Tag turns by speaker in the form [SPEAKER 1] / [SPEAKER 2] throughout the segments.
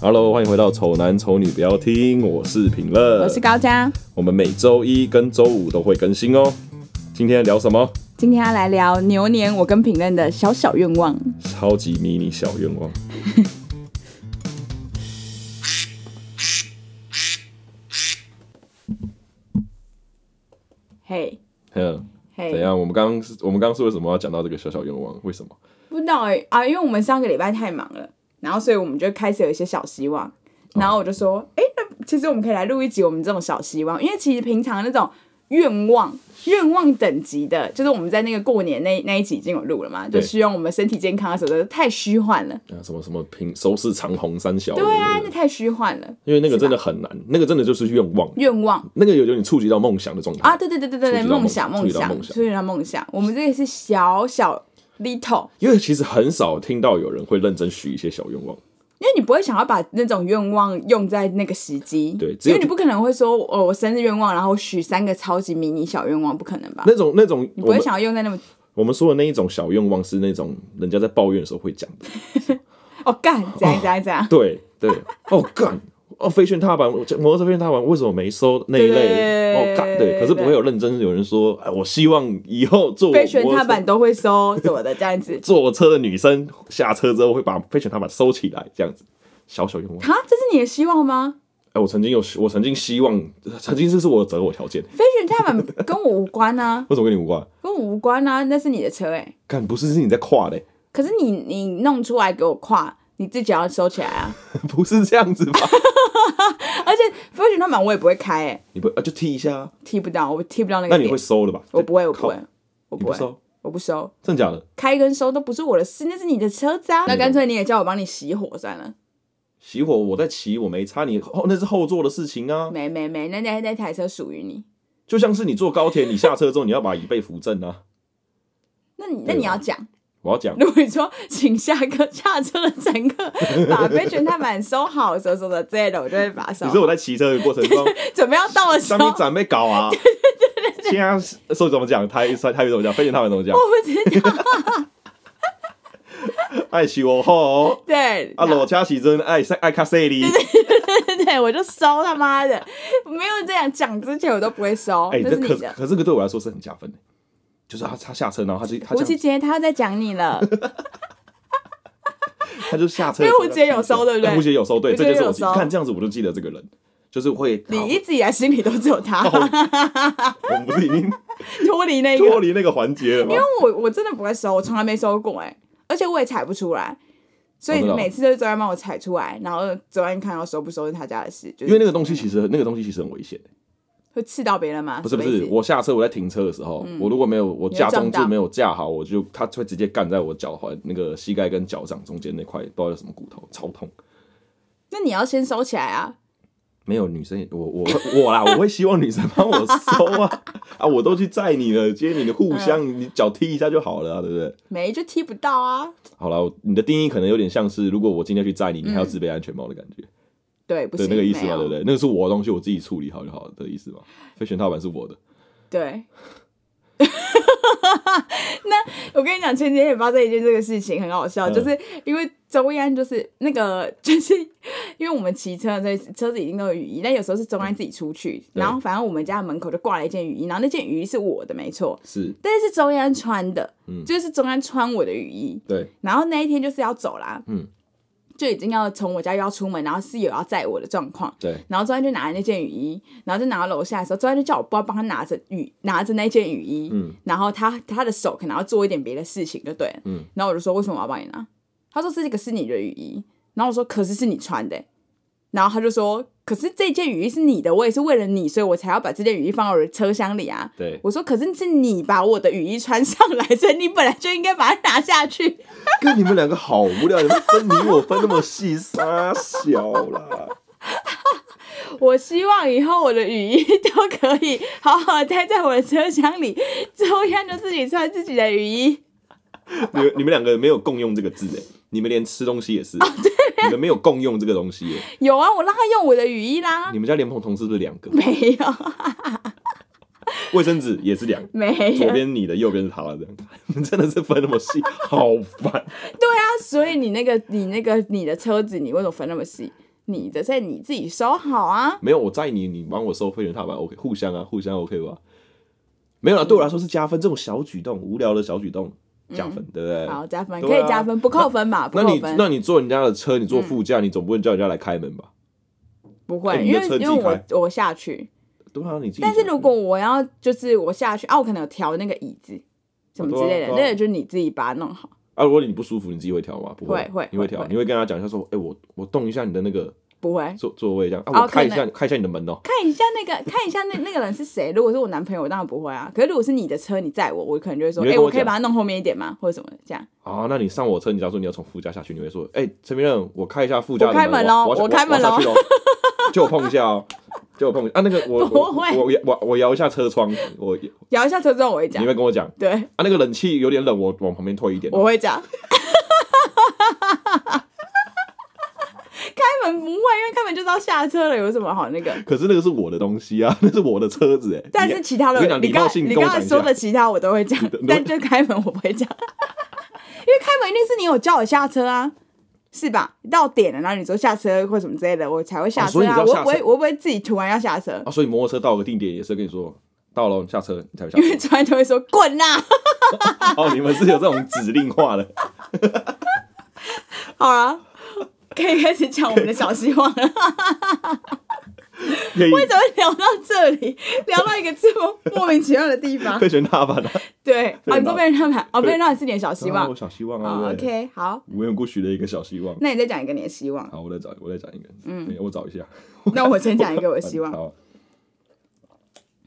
[SPEAKER 1] Hello，欢迎回到《丑男丑女》，不要听，我是品乐，
[SPEAKER 2] 我是高嘉。
[SPEAKER 1] 我们每周一跟周五都会更新哦。今天聊什么？
[SPEAKER 2] 今天要来聊牛年我跟评论的小小愿望。
[SPEAKER 1] 超级迷你小愿望。
[SPEAKER 2] 嘿，
[SPEAKER 1] 嗯，怎
[SPEAKER 2] 嘿，
[SPEAKER 1] 样？我们刚刚我们刚刚是为什么要讲到这个小小愿望？为什么？
[SPEAKER 2] 不知道哎、啊，因为我们上个礼拜太忙了，然后所以我们就开始有一些小希
[SPEAKER 1] 哦
[SPEAKER 2] 望。然后我就说，哎、那其实我们可以来录一集我们这种小希望，因为其实平常那种愿望、愿望等级的，就是我们在那个过年那那一集已经有录了嘛，就
[SPEAKER 1] 对
[SPEAKER 2] 希望我们身体健康啊什么的，太虚幻了。
[SPEAKER 1] 啊，什么什么平收视长虹三小？
[SPEAKER 2] 对啊，
[SPEAKER 1] 不
[SPEAKER 2] 那太虚幻了。
[SPEAKER 1] 因为那个真的很难，那个真的就是愿望，
[SPEAKER 2] 愿望
[SPEAKER 1] 那个有点触及到梦想的状态
[SPEAKER 2] 啊，对对对对对对，
[SPEAKER 1] 触及到
[SPEAKER 2] 梦
[SPEAKER 1] 梦
[SPEAKER 2] 想
[SPEAKER 1] 想
[SPEAKER 2] 梦想，
[SPEAKER 1] 触及到梦想
[SPEAKER 2] 触及到梦想。我们这个是小小 little，
[SPEAKER 1] 因为其实很少听到有人会认真许一些小愿望。
[SPEAKER 2] 因为你不会想要把那种愿望用在那个时机，
[SPEAKER 1] 对只
[SPEAKER 2] 因
[SPEAKER 1] 有
[SPEAKER 2] 为你不可能会说，哦，我生日愿望，然后许三个超级迷你小愿望，不可能吧？
[SPEAKER 1] 那种那种，
[SPEAKER 2] 你
[SPEAKER 1] 我
[SPEAKER 2] 不会
[SPEAKER 1] 们
[SPEAKER 2] 想要用在那么
[SPEAKER 1] 我们说的那一种小愿望是那种人家在抱怨的时候会讲的。
[SPEAKER 2] 哦干怎样怎样怎样？
[SPEAKER 1] 对 对，哦干，哦飞旋踏板，我摩托车飞旋踏板为什么没收那一类
[SPEAKER 2] 对
[SPEAKER 1] 的？哦干，对，可是不会有认真有人说，哎，我希望以后坐我
[SPEAKER 2] 飞旋
[SPEAKER 1] 摩托
[SPEAKER 2] 踏
[SPEAKER 1] 车
[SPEAKER 2] 板都会收什么的这样子
[SPEAKER 1] 坐我车的女生下车之后会把飞旋踏板收起来，这样子。小小愿望，
[SPEAKER 2] 啊？这是你的希望吗？
[SPEAKER 1] 哎，我曾经有，我曾经希望，曾经这是我的择偶条件，
[SPEAKER 2] 飞旋踏板跟我无关啊，
[SPEAKER 1] 为什么跟你无关？
[SPEAKER 2] 跟我无关啊，那是你的车哎、
[SPEAKER 1] 干，不是是你在跨嘞，
[SPEAKER 2] 可是你你弄出来给我跨，你自己要收起来啊。
[SPEAKER 1] 不是这样子吧？
[SPEAKER 2] 而且飞行踏板我也不会开、欸，
[SPEAKER 1] 你不啊就踢一下啊，
[SPEAKER 2] 踢不到，我踢不到那个
[SPEAKER 1] 那
[SPEAKER 2] 点。
[SPEAKER 1] 你会收的吧？
[SPEAKER 2] 我不会，我不
[SPEAKER 1] 靠
[SPEAKER 2] 会，我
[SPEAKER 1] 你
[SPEAKER 2] 不会，
[SPEAKER 1] 收，
[SPEAKER 2] 我不收，
[SPEAKER 1] 真的假的？
[SPEAKER 2] 开跟收都不是我的事，那是你的车子啊。那干脆你也叫我帮你熄火算了。
[SPEAKER 1] 熄火我在骑，我没擦你后，哦那是后座的事情啊。
[SPEAKER 2] 没没没，那那那台车属于你，
[SPEAKER 1] 就像是你坐高铁，你下车之后你要把椅背扶正 啊。
[SPEAKER 2] 那你那你要讲，
[SPEAKER 1] 我要讲，
[SPEAKER 2] 如果你说请下个下车的乘客把飞旋踏板收好，什么什么之类的，我就会把它收
[SPEAKER 1] 你。说我在骑车的过程中，
[SPEAKER 2] 准备要到的时
[SPEAKER 1] 上
[SPEAKER 2] 候，
[SPEAKER 1] 面
[SPEAKER 2] 我
[SPEAKER 1] 展被搞 啊。现在说怎么讲，台台台语怎么讲，飞行他们怎么讲？
[SPEAKER 2] 不知道。
[SPEAKER 1] 爱骑我吼，
[SPEAKER 2] 对，
[SPEAKER 1] 啊，裸车时真爱爱卡西里。
[SPEAKER 2] 对，我就收他妈的，没有这样讲之前我都不会收，
[SPEAKER 1] 哎，
[SPEAKER 2] 那
[SPEAKER 1] 这
[SPEAKER 2] 是
[SPEAKER 1] 可
[SPEAKER 2] 你
[SPEAKER 1] 是
[SPEAKER 2] 的。
[SPEAKER 1] 可是这个对我来说是很加分的，就是他他下车，然后他就他
[SPEAKER 2] 吴
[SPEAKER 1] 这
[SPEAKER 2] 奇
[SPEAKER 1] 样
[SPEAKER 2] 杰，他要在讲你 了。
[SPEAKER 1] 他就下车的
[SPEAKER 2] 因
[SPEAKER 1] 时
[SPEAKER 2] 为
[SPEAKER 1] 候。
[SPEAKER 2] 胡杰有收对不对
[SPEAKER 1] 哎胡杰有收，对，
[SPEAKER 2] 胡杰
[SPEAKER 1] 这就是我
[SPEAKER 2] 有
[SPEAKER 1] 记
[SPEAKER 2] 收
[SPEAKER 1] 看这样子我就记得这个人，就是会。
[SPEAKER 2] 你一直以来心里都只有他，
[SPEAKER 1] 我们不是已经
[SPEAKER 2] 哎脱离那
[SPEAKER 1] 脱
[SPEAKER 2] 个。
[SPEAKER 1] 离那个环节了吗
[SPEAKER 2] 因为？我我真的不会收，我从来没收过哎、而且我也踩不出来，所以
[SPEAKER 1] 哦真的哦
[SPEAKER 2] 每次都是周安帮我踩出来，然后周安看要收不收是他家的事，就
[SPEAKER 1] 因为
[SPEAKER 2] 是
[SPEAKER 1] 那个东西其实那个东西其实很危险。
[SPEAKER 2] 会刺到别人吗？
[SPEAKER 1] 不是不
[SPEAKER 2] 什么意
[SPEAKER 1] 是
[SPEAKER 2] 思，嗯
[SPEAKER 1] 我下车我在停车的时候，我如果没有我
[SPEAKER 2] 你会
[SPEAKER 1] 架
[SPEAKER 2] 撞
[SPEAKER 1] 中
[SPEAKER 2] 到
[SPEAKER 1] 柱没有架好，我就它会直接干在我脚踝那个膝盖跟脚掌中间那块不知道叫什么骨头，超痛。
[SPEAKER 2] 那你要先收起来啊！
[SPEAKER 1] 没有女生也，我我 我啦，我会希望女生帮我收啊啊！我都去载你了，接你的互相，
[SPEAKER 2] 嗯
[SPEAKER 1] 你脚踢一下就好了、啊，对不对？
[SPEAKER 2] 没就踢不到啊！
[SPEAKER 1] 好了，我你的定义可能有点像是，如果我今天去载你，你还要自备安全帽的感觉，
[SPEAKER 2] 对，嗯不
[SPEAKER 1] 对那
[SPEAKER 2] 行，
[SPEAKER 1] 个意思
[SPEAKER 2] 没
[SPEAKER 1] 嘛，
[SPEAKER 2] 有
[SPEAKER 1] 对不对？那个是我的东西，我自己处理好就好了的意思嘛。飞旋踏板是我的，
[SPEAKER 2] 对。 那我跟你讲，前几天也发生一件这个事情，很好笑，
[SPEAKER 1] 嗯
[SPEAKER 2] 就是因为周一安就是那个，就是 因为我们骑车，所以车子已经都有雨衣，但有时候是周安自己出去，
[SPEAKER 1] 对
[SPEAKER 2] 然后反正我们家门口就挂了一件雨衣，然后那件雨衣是我的，没错，
[SPEAKER 1] 是
[SPEAKER 2] 但是是周一安穿的，
[SPEAKER 1] 嗯
[SPEAKER 2] 就是周一安穿我的雨衣，
[SPEAKER 1] 对，
[SPEAKER 2] 然后那一天就是要走啦，
[SPEAKER 1] 嗯，
[SPEAKER 2] 就已经要从我家又要出门，然后室友要载我的状况，
[SPEAKER 1] 对，
[SPEAKER 2] 然后周安就拿了那件雨衣，然后就拿到楼下的时候，周安就叫我不要帮他拿着雨拿着那件雨衣，
[SPEAKER 1] 嗯，
[SPEAKER 2] 然后他他的手可能要做一点别的事情就对了，
[SPEAKER 1] 嗯，
[SPEAKER 2] 然后我就说为什么我要帮你拿？他说这个是你的雨衣，然后我说可是是你穿的欸、然后他就说可是这件雨衣是你的，我也是为了你，所以我才要把这件雨衣放到我的车厢里啊。
[SPEAKER 1] 对，
[SPEAKER 2] 我说可是是你把我的雨衣穿上来，所以你本来就应该把它拿下去。
[SPEAKER 1] 跟你们两个好无聊，你们分你我分那么细，傻小 啦。
[SPEAKER 2] 我希望以后我的雨衣都可以好好地待在我的车厢里，周天就自己穿自己的雨衣。
[SPEAKER 1] 你们你们两个没有共用这个字哎，你们连吃东西也是，
[SPEAKER 2] 哦
[SPEAKER 1] 你们没有共用这个东西哎。
[SPEAKER 2] 有啊，我让他用我的雨衣啦。
[SPEAKER 1] 你们家莲蓬头是不是两个？
[SPEAKER 2] 没有，
[SPEAKER 1] 卫生纸也是两 个。
[SPEAKER 2] 没有
[SPEAKER 1] 左。边你的，右边是他的，这样你们真的是分那么 细，好烦。
[SPEAKER 2] 对啊，所以你那个、你那个、你的车子，你为什么分那么细？你的在你自己收好啊。
[SPEAKER 1] 没有我载你，你帮我收飞人踏板，OK，互相啊，互相 OK 吧？没
[SPEAKER 2] 嗯
[SPEAKER 1] 有啦，对我来说是加分，这种小举动，无聊的小举动加分，对不对？
[SPEAKER 2] 好，加分、
[SPEAKER 1] 对
[SPEAKER 2] 可以
[SPEAKER 1] 啊
[SPEAKER 2] 加分，不扣分嘛？不
[SPEAKER 1] 那
[SPEAKER 2] 扣
[SPEAKER 1] 你
[SPEAKER 2] 分，嗯
[SPEAKER 1] 那你坐人家的车，你坐副驾，你总不能叫人家来开门吧？
[SPEAKER 2] 不会，
[SPEAKER 1] 哎你
[SPEAKER 2] 因
[SPEAKER 1] 的
[SPEAKER 2] 为
[SPEAKER 1] 车
[SPEAKER 2] 因
[SPEAKER 1] 自己
[SPEAKER 2] 为我我下去，
[SPEAKER 1] 对啊，你自己讲。
[SPEAKER 2] 但是如果我要就是我下去啊，我可能有调那个椅子什么之类的，
[SPEAKER 1] 啊对啊
[SPEAKER 2] 那个就是你自己把它弄好。
[SPEAKER 1] 啊，如果你不舒服，你自己会调吗？不
[SPEAKER 2] 会会
[SPEAKER 1] 你会
[SPEAKER 2] 会
[SPEAKER 1] 调，
[SPEAKER 2] 会
[SPEAKER 1] 你会跟他讲一下说，哎，我我动一下你的那个
[SPEAKER 2] 不会，
[SPEAKER 1] 座座位这样
[SPEAKER 2] 哦
[SPEAKER 1] 啊，我
[SPEAKER 2] 可
[SPEAKER 1] 看一
[SPEAKER 2] 能
[SPEAKER 1] 下看一下你的门哦。
[SPEAKER 2] 看一下那个，看一下那那个人是谁。如果是我男朋友，我当然不会啊。可是如果是你的车，你载我，我可能就会说，
[SPEAKER 1] 你
[SPEAKER 2] 哎、
[SPEAKER 1] 会跟
[SPEAKER 2] 我
[SPEAKER 1] 我
[SPEAKER 2] 可以
[SPEAKER 1] 讲
[SPEAKER 2] 把它弄后面一点吗？或者什么的这样。
[SPEAKER 1] 啊，那你上我车，你假如说你要从副驾下去，你会说，哎，陈明任，我开一下副驾
[SPEAKER 2] 我
[SPEAKER 1] 的哦
[SPEAKER 2] 开门咯
[SPEAKER 1] 我要
[SPEAKER 2] 我开门哦咯
[SPEAKER 1] 我要下去咯，就我碰一下哦，就我碰一下啊，那个我
[SPEAKER 2] 不
[SPEAKER 1] 我
[SPEAKER 2] 会
[SPEAKER 1] 我我我摇一下车窗，我你
[SPEAKER 2] 摇一下车之后，我会讲
[SPEAKER 1] 会，跟我讲
[SPEAKER 2] 对，
[SPEAKER 1] 啊，那个冷气有点冷，我往旁边退一点哦。
[SPEAKER 2] 我会讲。开门不会，因为开门就知道下车了，有什么好那个？
[SPEAKER 1] 可是那个是我的东西啊，那是我的车子哎。
[SPEAKER 2] 但是其他的
[SPEAKER 1] 我跟你，讲
[SPEAKER 2] 你
[SPEAKER 1] 礼
[SPEAKER 2] 刚
[SPEAKER 1] 貌性
[SPEAKER 2] 你
[SPEAKER 1] 跟我
[SPEAKER 2] 刚才
[SPEAKER 1] 讲一
[SPEAKER 2] 说
[SPEAKER 1] 下
[SPEAKER 2] 的其他我都会讲
[SPEAKER 1] 对，
[SPEAKER 2] 但就开门我不会讲， 因为开门一定是你有叫我下车啊，是吧？到点了，然后你说下车或什么之类的，我才会下
[SPEAKER 1] 哦
[SPEAKER 2] 车
[SPEAKER 1] 所以你
[SPEAKER 2] 啊。
[SPEAKER 1] 要
[SPEAKER 2] 我
[SPEAKER 1] 下
[SPEAKER 2] 不会，
[SPEAKER 1] 车
[SPEAKER 2] 我不会自己突然要下车，
[SPEAKER 1] 啊，所以摩托车到个定点也是跟你说到了，你下车你才会下
[SPEAKER 2] 因
[SPEAKER 1] 车。
[SPEAKER 2] 为突然就会说滚啊啦。
[SPEAKER 1] 哦，你们是有这种指令化的。
[SPEAKER 2] 好啊，可以开始讲我们的小希望了。
[SPEAKER 1] 可以
[SPEAKER 2] 为什么聊到这里，聊到一个这 么莫名其妙的地方？
[SPEAKER 1] 被选大版的，
[SPEAKER 2] 对，啊，
[SPEAKER 1] 对
[SPEAKER 2] 你说被人安排，哦，
[SPEAKER 1] 对
[SPEAKER 2] 被人安排是你的小希
[SPEAKER 1] 啊
[SPEAKER 2] 望
[SPEAKER 1] 我。小希望
[SPEAKER 2] 哦
[SPEAKER 1] 啊。对不对
[SPEAKER 2] ，OK，好，
[SPEAKER 1] 无缘无故许的一个小希望。
[SPEAKER 2] 那你再讲一个你的希望，
[SPEAKER 1] 好，我再找，我再讲一个。嗯，我找一下。
[SPEAKER 2] 那我先讲一个我的希 望。
[SPEAKER 1] 好，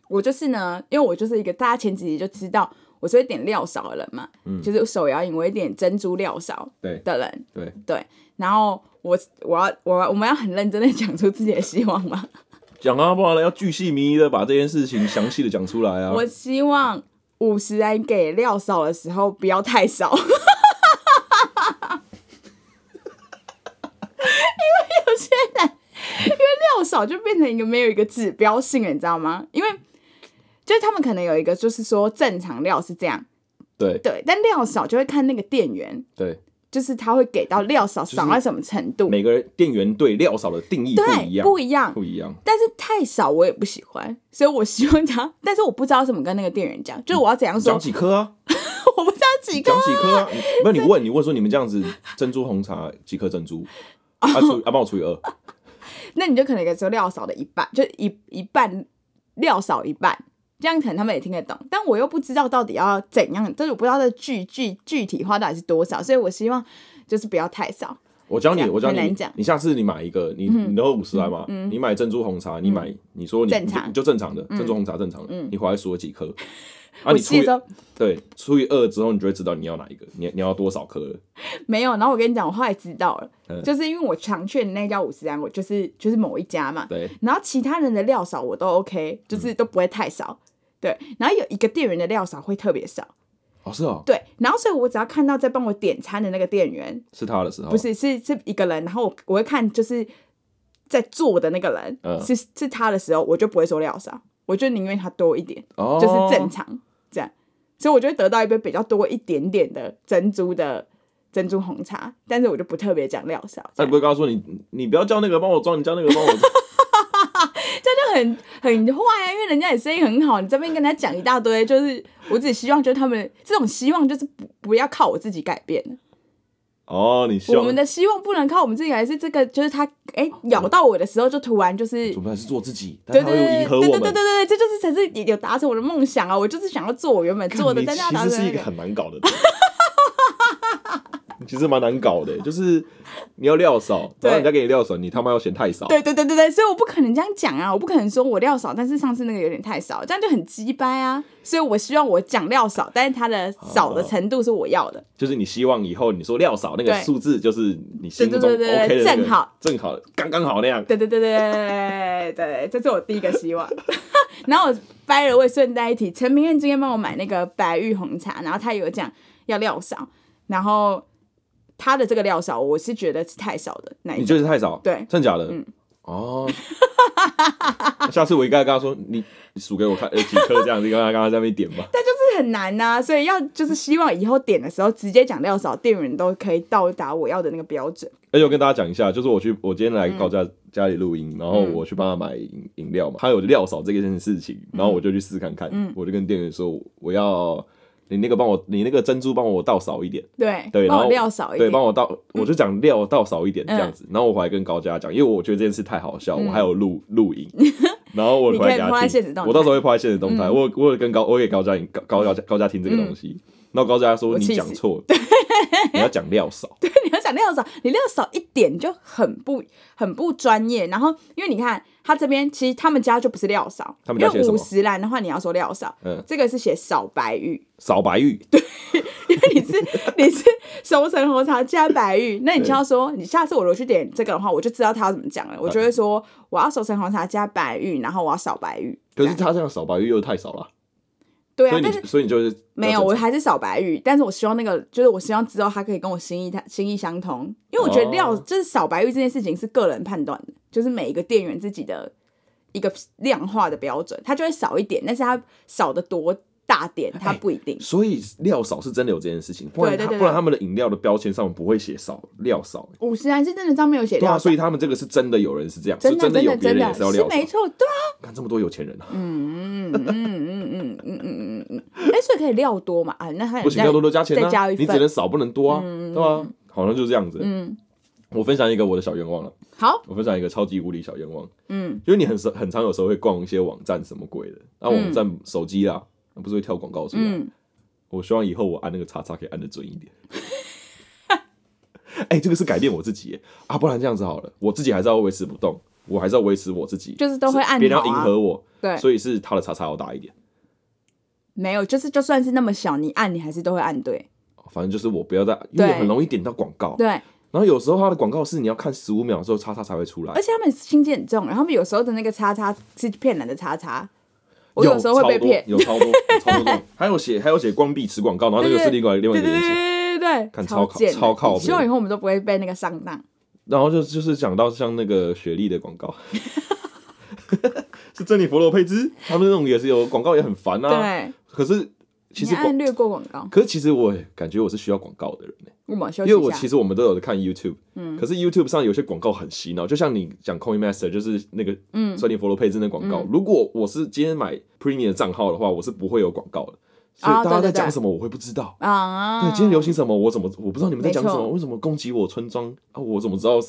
[SPEAKER 2] 我就是呢，因为我就是一个大家前几集就知道我是会点料勺的人嘛，就是手摇饮我会点珍珠料勺
[SPEAKER 1] 对
[SPEAKER 2] 的人，
[SPEAKER 1] 对，
[SPEAKER 2] 对，然后我我要我要我们要很认真的讲出自己的希望嘛，
[SPEAKER 1] 讲啊，不然要巨细靡遗的把这件事情详细的讲出来啊。
[SPEAKER 2] 我希望五十人给料勺的时候不要太少， 因为有些人因为料勺就变成一个没有一个指标性了，你知道吗？因为就是他们可能有一个就是说正常料是这样。
[SPEAKER 1] 对
[SPEAKER 2] 对，但料少就会看那个店员，
[SPEAKER 1] 对，
[SPEAKER 2] 就是他会给到料少
[SPEAKER 1] 是
[SPEAKER 2] 少到什么程度，
[SPEAKER 1] 每个人店员对料少的定义不一
[SPEAKER 2] 对，
[SPEAKER 1] 样，
[SPEAKER 2] 不一样。
[SPEAKER 1] 不一样。
[SPEAKER 2] 但是太少我也不喜欢，所以我希望他， 但是我不知道怎么跟那个店员讲，就是我要怎样说
[SPEAKER 1] 讲，几颗啊？
[SPEAKER 2] 我不知道几个
[SPEAKER 1] 讲，几颗啊？你不是你问，你问说你们这样子珍珠红茶几颗珍珠？ 啊除啊帮我除以二，
[SPEAKER 2] 那你就可能给说料少的一半，就一一半料少一半，这样可能他们也听得懂，但我又不知道到底要怎样，但是我不知道这具具具体化到底是多少，所以我希望就是不要太少，
[SPEAKER 1] 我教你，
[SPEAKER 2] 讲
[SPEAKER 1] 我教
[SPEAKER 2] 很难
[SPEAKER 1] 你
[SPEAKER 2] 讲，嗯
[SPEAKER 1] 你下次你买一个，你你都五十来嘛，你买珍珠红茶，你买你说你
[SPEAKER 2] 正
[SPEAKER 1] 你就
[SPEAKER 2] 常嗯
[SPEAKER 1] 你就正常的珍珠红茶正常的，你回来数了几 颗，啊，
[SPEAKER 2] 我
[SPEAKER 1] 你除
[SPEAKER 2] 心
[SPEAKER 1] 以
[SPEAKER 2] 里说
[SPEAKER 1] 对除以二之后，你就会知道你要哪一个，你你要多少颗了。
[SPEAKER 2] 没有，然后我跟你讲，我后来知道了，
[SPEAKER 1] 嗯
[SPEAKER 2] 就是因为我常去的那家五十三，我就是就是某一家嘛，
[SPEAKER 1] 对，嗯
[SPEAKER 2] 然后其他人的料少我都 OK，就是都不会太少，对，然后有一个店员的料少会特别少，
[SPEAKER 1] 哦是哦，
[SPEAKER 2] 对，然后所以我只要看到在帮我点餐的那个店员，
[SPEAKER 1] 是他的时候，
[SPEAKER 2] 不是是是一个人，然后我我会看就是在做的那个人、
[SPEAKER 1] 嗯
[SPEAKER 2] 是是他的时候，我就不会说料少，我就宁愿他多一点，
[SPEAKER 1] 哦，
[SPEAKER 2] 就是正常这样，所以我就会得到一杯比较多一点点的珍珠的珍珠红茶，但是我就不特别讲料少，
[SPEAKER 1] 那
[SPEAKER 2] 这
[SPEAKER 1] 哎
[SPEAKER 2] 样
[SPEAKER 1] 你不会告诉你，你不要叫那个帮我装，你叫那个帮我 装。
[SPEAKER 2] 这样就很很坏啊，因为人家也生意很好，你这边跟他讲一大堆，就是我只希望就是他们这种希望就是不不要靠我自己改变，
[SPEAKER 1] 哦，你希
[SPEAKER 2] 我
[SPEAKER 1] 望
[SPEAKER 2] 们的希望不能靠我们自己改变，是这个就是他哎、咬到我的时候就突然就是
[SPEAKER 1] 主办是做自己，但
[SPEAKER 2] 对
[SPEAKER 1] 他
[SPEAKER 2] 对
[SPEAKER 1] 会
[SPEAKER 2] 对
[SPEAKER 1] 迎合
[SPEAKER 2] 对
[SPEAKER 1] 我
[SPEAKER 2] 对对对
[SPEAKER 1] 们。
[SPEAKER 2] 对，这就是才是有达成我的梦想啊！我就是想要做我原本做的，
[SPEAKER 1] 你
[SPEAKER 2] 但是要
[SPEAKER 1] 其
[SPEAKER 2] 达
[SPEAKER 1] 实
[SPEAKER 2] 成
[SPEAKER 1] 是一
[SPEAKER 2] 那
[SPEAKER 1] 个
[SPEAKER 2] 个
[SPEAKER 1] 很难搞的人。你其实蛮难搞的，就是你要料少，
[SPEAKER 2] 对
[SPEAKER 1] 然后人家给你料少，你他妈要嫌太少。
[SPEAKER 2] 对对对对对，所以我不可能这样讲啊！我不可能说我料少，但是上次那个有点太少，这样就很鸡掰啊！所以我希望我讲料少，但是它的少的程度是我要的。
[SPEAKER 1] 就是你希望以后你说料少那个
[SPEAKER 2] 对
[SPEAKER 1] 数字，就是你心目中
[SPEAKER 2] 对对对对
[SPEAKER 1] OK 的那个
[SPEAKER 2] 正好
[SPEAKER 1] 正好刚刚好那样。
[SPEAKER 2] 对对对对对对，这是我第一个希望。然后我掰了位，顺带一提，陈明燕今天帮我买那个白玉红茶，然后他有讲要料少，然后他的这个料少，我是觉得是太少的那一
[SPEAKER 1] 你
[SPEAKER 2] 种。
[SPEAKER 1] 就是太少，
[SPEAKER 2] 对嗯
[SPEAKER 1] 真假的？哦，下次我应该跟他说，你你数给我看，呃，几颗这样子，跟他刚刚在那边点吧。
[SPEAKER 2] 但就是很难呐、所以要就是希望以后点的时候直接讲料少，店员都可以到达我要的那个标准。
[SPEAKER 1] 而且哎我跟大家讲一下，就是我去，我今天
[SPEAKER 2] 嗯
[SPEAKER 1] 来高家、家里录音，然后我去帮他买饮饮料嘛，他有料少这件事情，然
[SPEAKER 2] 嗯
[SPEAKER 1] 后我就去试看看，我就跟店员说，我要你那个帮我，你那个珍珠帮我倒少一点，
[SPEAKER 2] 对，
[SPEAKER 1] 对，然
[SPEAKER 2] 帮
[SPEAKER 1] 后
[SPEAKER 2] 我料少一
[SPEAKER 1] 对，
[SPEAKER 2] 点。
[SPEAKER 1] 帮我倒，我就讲料倒少一点
[SPEAKER 2] 嗯
[SPEAKER 1] 这样子，然后我还跟高家讲，因为我觉得这件事太好笑，我还有录录 影，然后我
[SPEAKER 2] 你
[SPEAKER 1] 回来
[SPEAKER 2] 可以
[SPEAKER 1] 给
[SPEAKER 2] 抛在
[SPEAKER 1] 他
[SPEAKER 2] 限时
[SPEAKER 1] 听
[SPEAKER 2] 动，态嗯
[SPEAKER 1] 我到时候会抛在现实动态，我有我有跟高，我也高家高高家高家听这个东西，然后高家说
[SPEAKER 2] 我
[SPEAKER 1] 你
[SPEAKER 2] 气
[SPEAKER 1] 讲
[SPEAKER 2] 死
[SPEAKER 1] 错，你要讲料少，
[SPEAKER 2] 你要讲料少，你料少一点就很不很不专业。然后因为你看他这边，其实他们家就不是料少，
[SPEAKER 1] 他们家
[SPEAKER 2] 因
[SPEAKER 1] 写
[SPEAKER 2] 为
[SPEAKER 1] 什么
[SPEAKER 2] 五十兰的话，你要说料少，
[SPEAKER 1] 嗯，
[SPEAKER 2] 这个是写少白玉，
[SPEAKER 1] 少白玉，
[SPEAKER 2] 因为你是你是熟成红茶加白玉，那你就要说，你下次我如果去点这个的话，我就知道他要怎么讲了。我
[SPEAKER 1] 啊
[SPEAKER 2] 就会说，我要熟成红茶加白玉，然后我要少白玉。
[SPEAKER 1] 可是他这样少白玉又太少了，
[SPEAKER 2] 啊对
[SPEAKER 1] 所
[SPEAKER 2] 啊
[SPEAKER 1] 以，
[SPEAKER 2] 但是
[SPEAKER 1] 你所以你就是
[SPEAKER 2] 没有，我还是少白玉，但是我希望那个就是我希望知道他可以跟我心意他心意相通，因为我觉得料、
[SPEAKER 1] 哦
[SPEAKER 2] 就是少白玉这件事情是个人判断的，就是每一个店员自己的一个量化的标准，他就会少一点，但是他少的多大点他不一定。
[SPEAKER 1] 所以料少是真的有这件事情，不然
[SPEAKER 2] 对对
[SPEAKER 1] 他
[SPEAKER 2] 对
[SPEAKER 1] 不然他们的饮料的标签上不会写少料少，
[SPEAKER 2] 五十兰是真的上面有写
[SPEAKER 1] 对啊，
[SPEAKER 2] 料少，
[SPEAKER 1] 所以他们这个是真的有人是这样，是
[SPEAKER 2] 真的
[SPEAKER 1] 的
[SPEAKER 2] 真
[SPEAKER 1] 有
[SPEAKER 2] 的
[SPEAKER 1] 别
[SPEAKER 2] 真
[SPEAKER 1] 人也
[SPEAKER 2] 的
[SPEAKER 1] 是要料
[SPEAKER 2] 没
[SPEAKER 1] 少，
[SPEAKER 2] 错，对啊，
[SPEAKER 1] 看这么多有钱人啊，
[SPEAKER 2] 嗯嗯嗯嗯嗯嗯嗯嗯嗯嗯，哎，所以可以料多嘛？啊，那他
[SPEAKER 1] 不行，要多多加钱
[SPEAKER 2] 再
[SPEAKER 1] 啊，
[SPEAKER 2] 加一
[SPEAKER 1] 你
[SPEAKER 2] 份
[SPEAKER 1] 只能少不能多啊，对吧？好像就是这样子。
[SPEAKER 2] 嗯，
[SPEAKER 1] 我分享一个我的小愿望了，
[SPEAKER 2] 好，
[SPEAKER 1] 我分享一个超级无理小愿望，
[SPEAKER 2] 嗯，
[SPEAKER 1] 因为你很时很常有时候会逛一些网站什么鬼的，那网站手机啊，那不是会跳广告出来？
[SPEAKER 2] 嗯，
[SPEAKER 1] 我希望以后我按那个叉叉可以按的准一点。 哎，这个是改变我自己耶啊，不然这样子好了，我自己还是要维持不动，我还是要维持我自己，
[SPEAKER 2] 就是都会按
[SPEAKER 1] 别人要
[SPEAKER 2] 好
[SPEAKER 1] 迎
[SPEAKER 2] 啊
[SPEAKER 1] 合我，
[SPEAKER 2] 对，
[SPEAKER 1] 所以是他的叉叉要大一点。
[SPEAKER 2] 没有，就是就算是那么小，你按你还是都会按对，
[SPEAKER 1] 反正就是我不要再，因为
[SPEAKER 2] 对
[SPEAKER 1] 很容易点到广告，
[SPEAKER 2] 对，
[SPEAKER 1] 然后有时候它的广告是你要看十五秒之后叉叉才会出来
[SPEAKER 2] 而，且他们心机很重，然后他们有时候的那个叉叉是骗人的叉叉，我
[SPEAKER 1] 有
[SPEAKER 2] 有时候会被骗，
[SPEAKER 1] 有超多，有超多这种，还有写还有写关闭吃广告，然后那个是另外另外一
[SPEAKER 2] 对对
[SPEAKER 1] 个
[SPEAKER 2] 对
[SPEAKER 1] 东西，
[SPEAKER 2] 对对对
[SPEAKER 1] 看
[SPEAKER 2] 对，
[SPEAKER 1] 超靠
[SPEAKER 2] 贱的
[SPEAKER 1] 超靠背
[SPEAKER 2] 希望以后我们都不会被那个上当。
[SPEAKER 1] 然后就就是讲到像那个雪莉的广告， 是珍妮佛罗佩兹，他们那种也是有广告也很烦啊，
[SPEAKER 2] 对，
[SPEAKER 1] 可是其实
[SPEAKER 2] 你按
[SPEAKER 1] 广，
[SPEAKER 2] 略过广告，
[SPEAKER 1] 可是其实我感觉我是需要广告的人欸
[SPEAKER 2] 我们休
[SPEAKER 1] 因
[SPEAKER 2] 息
[SPEAKER 1] 为我
[SPEAKER 2] 一
[SPEAKER 1] 其
[SPEAKER 2] 下。嗯
[SPEAKER 1] 实我们都有看 YouTube，可是 YouTube 上有些广告很洗脑，就像你讲 Coin Master 就是那个嗯，森林佛罗配置那广告。
[SPEAKER 2] 嗯
[SPEAKER 1] 如果我是今天买 Premium 的账号的话，我是不会有广告的，所以
[SPEAKER 2] 啊
[SPEAKER 1] 大家
[SPEAKER 2] 对
[SPEAKER 1] 在
[SPEAKER 2] 对对
[SPEAKER 1] 讲什么我会不知道。
[SPEAKER 2] 啊，
[SPEAKER 1] 对，今天流行什么我怎么我不知道你们在讲什
[SPEAKER 2] 没
[SPEAKER 1] 么？
[SPEAKER 2] 错
[SPEAKER 1] 为什么攻击我村庄啊？我怎么知道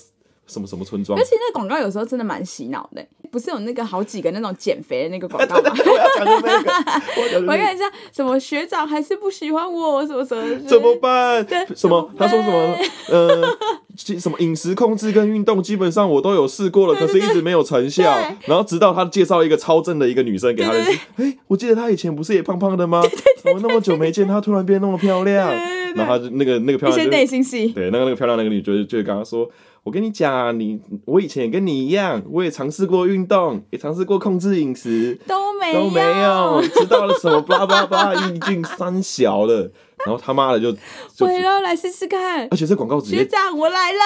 [SPEAKER 1] 什么什么村庄
[SPEAKER 2] 而？且那广告有时候真的蛮洗脑的，不是有那个好几个那种减肥的那个广 告吗？
[SPEAKER 1] 我要讲的那个，我要讲
[SPEAKER 2] 我
[SPEAKER 1] 的那
[SPEAKER 2] 看
[SPEAKER 1] 个。
[SPEAKER 2] 一下，什么学长还是不喜欢我，什么什么，
[SPEAKER 1] 怎么办
[SPEAKER 2] 对？
[SPEAKER 1] 什么？他说
[SPEAKER 2] 怎么
[SPEAKER 1] 什么？呃，其什么饮食控制跟运动基本上我都有试过了，可是一直没有成效
[SPEAKER 2] 对。
[SPEAKER 1] 然后直到他介绍一个超正的一个女生给他认识，哎，我记得她以前不是也胖胖的 吗？怎么那么久没见，她突然变那么漂亮？然后他就那个那个漂
[SPEAKER 2] 一
[SPEAKER 1] 亮
[SPEAKER 2] 些
[SPEAKER 1] 就
[SPEAKER 2] 内心戏，
[SPEAKER 1] 对，那个那个漂亮那个女就就跟他说：“我跟你讲啊，你我以前也跟你一样，我也尝试过运动，也尝试过控制饮食，
[SPEAKER 2] 都没
[SPEAKER 1] 都没有，知道了什么巴拉巴拉巴拉，一进三小了，然后他妈的就就，
[SPEAKER 2] 毁了，来试试看
[SPEAKER 1] 而。且这广告直
[SPEAKER 2] 学
[SPEAKER 1] 接
[SPEAKER 2] 长，我 来了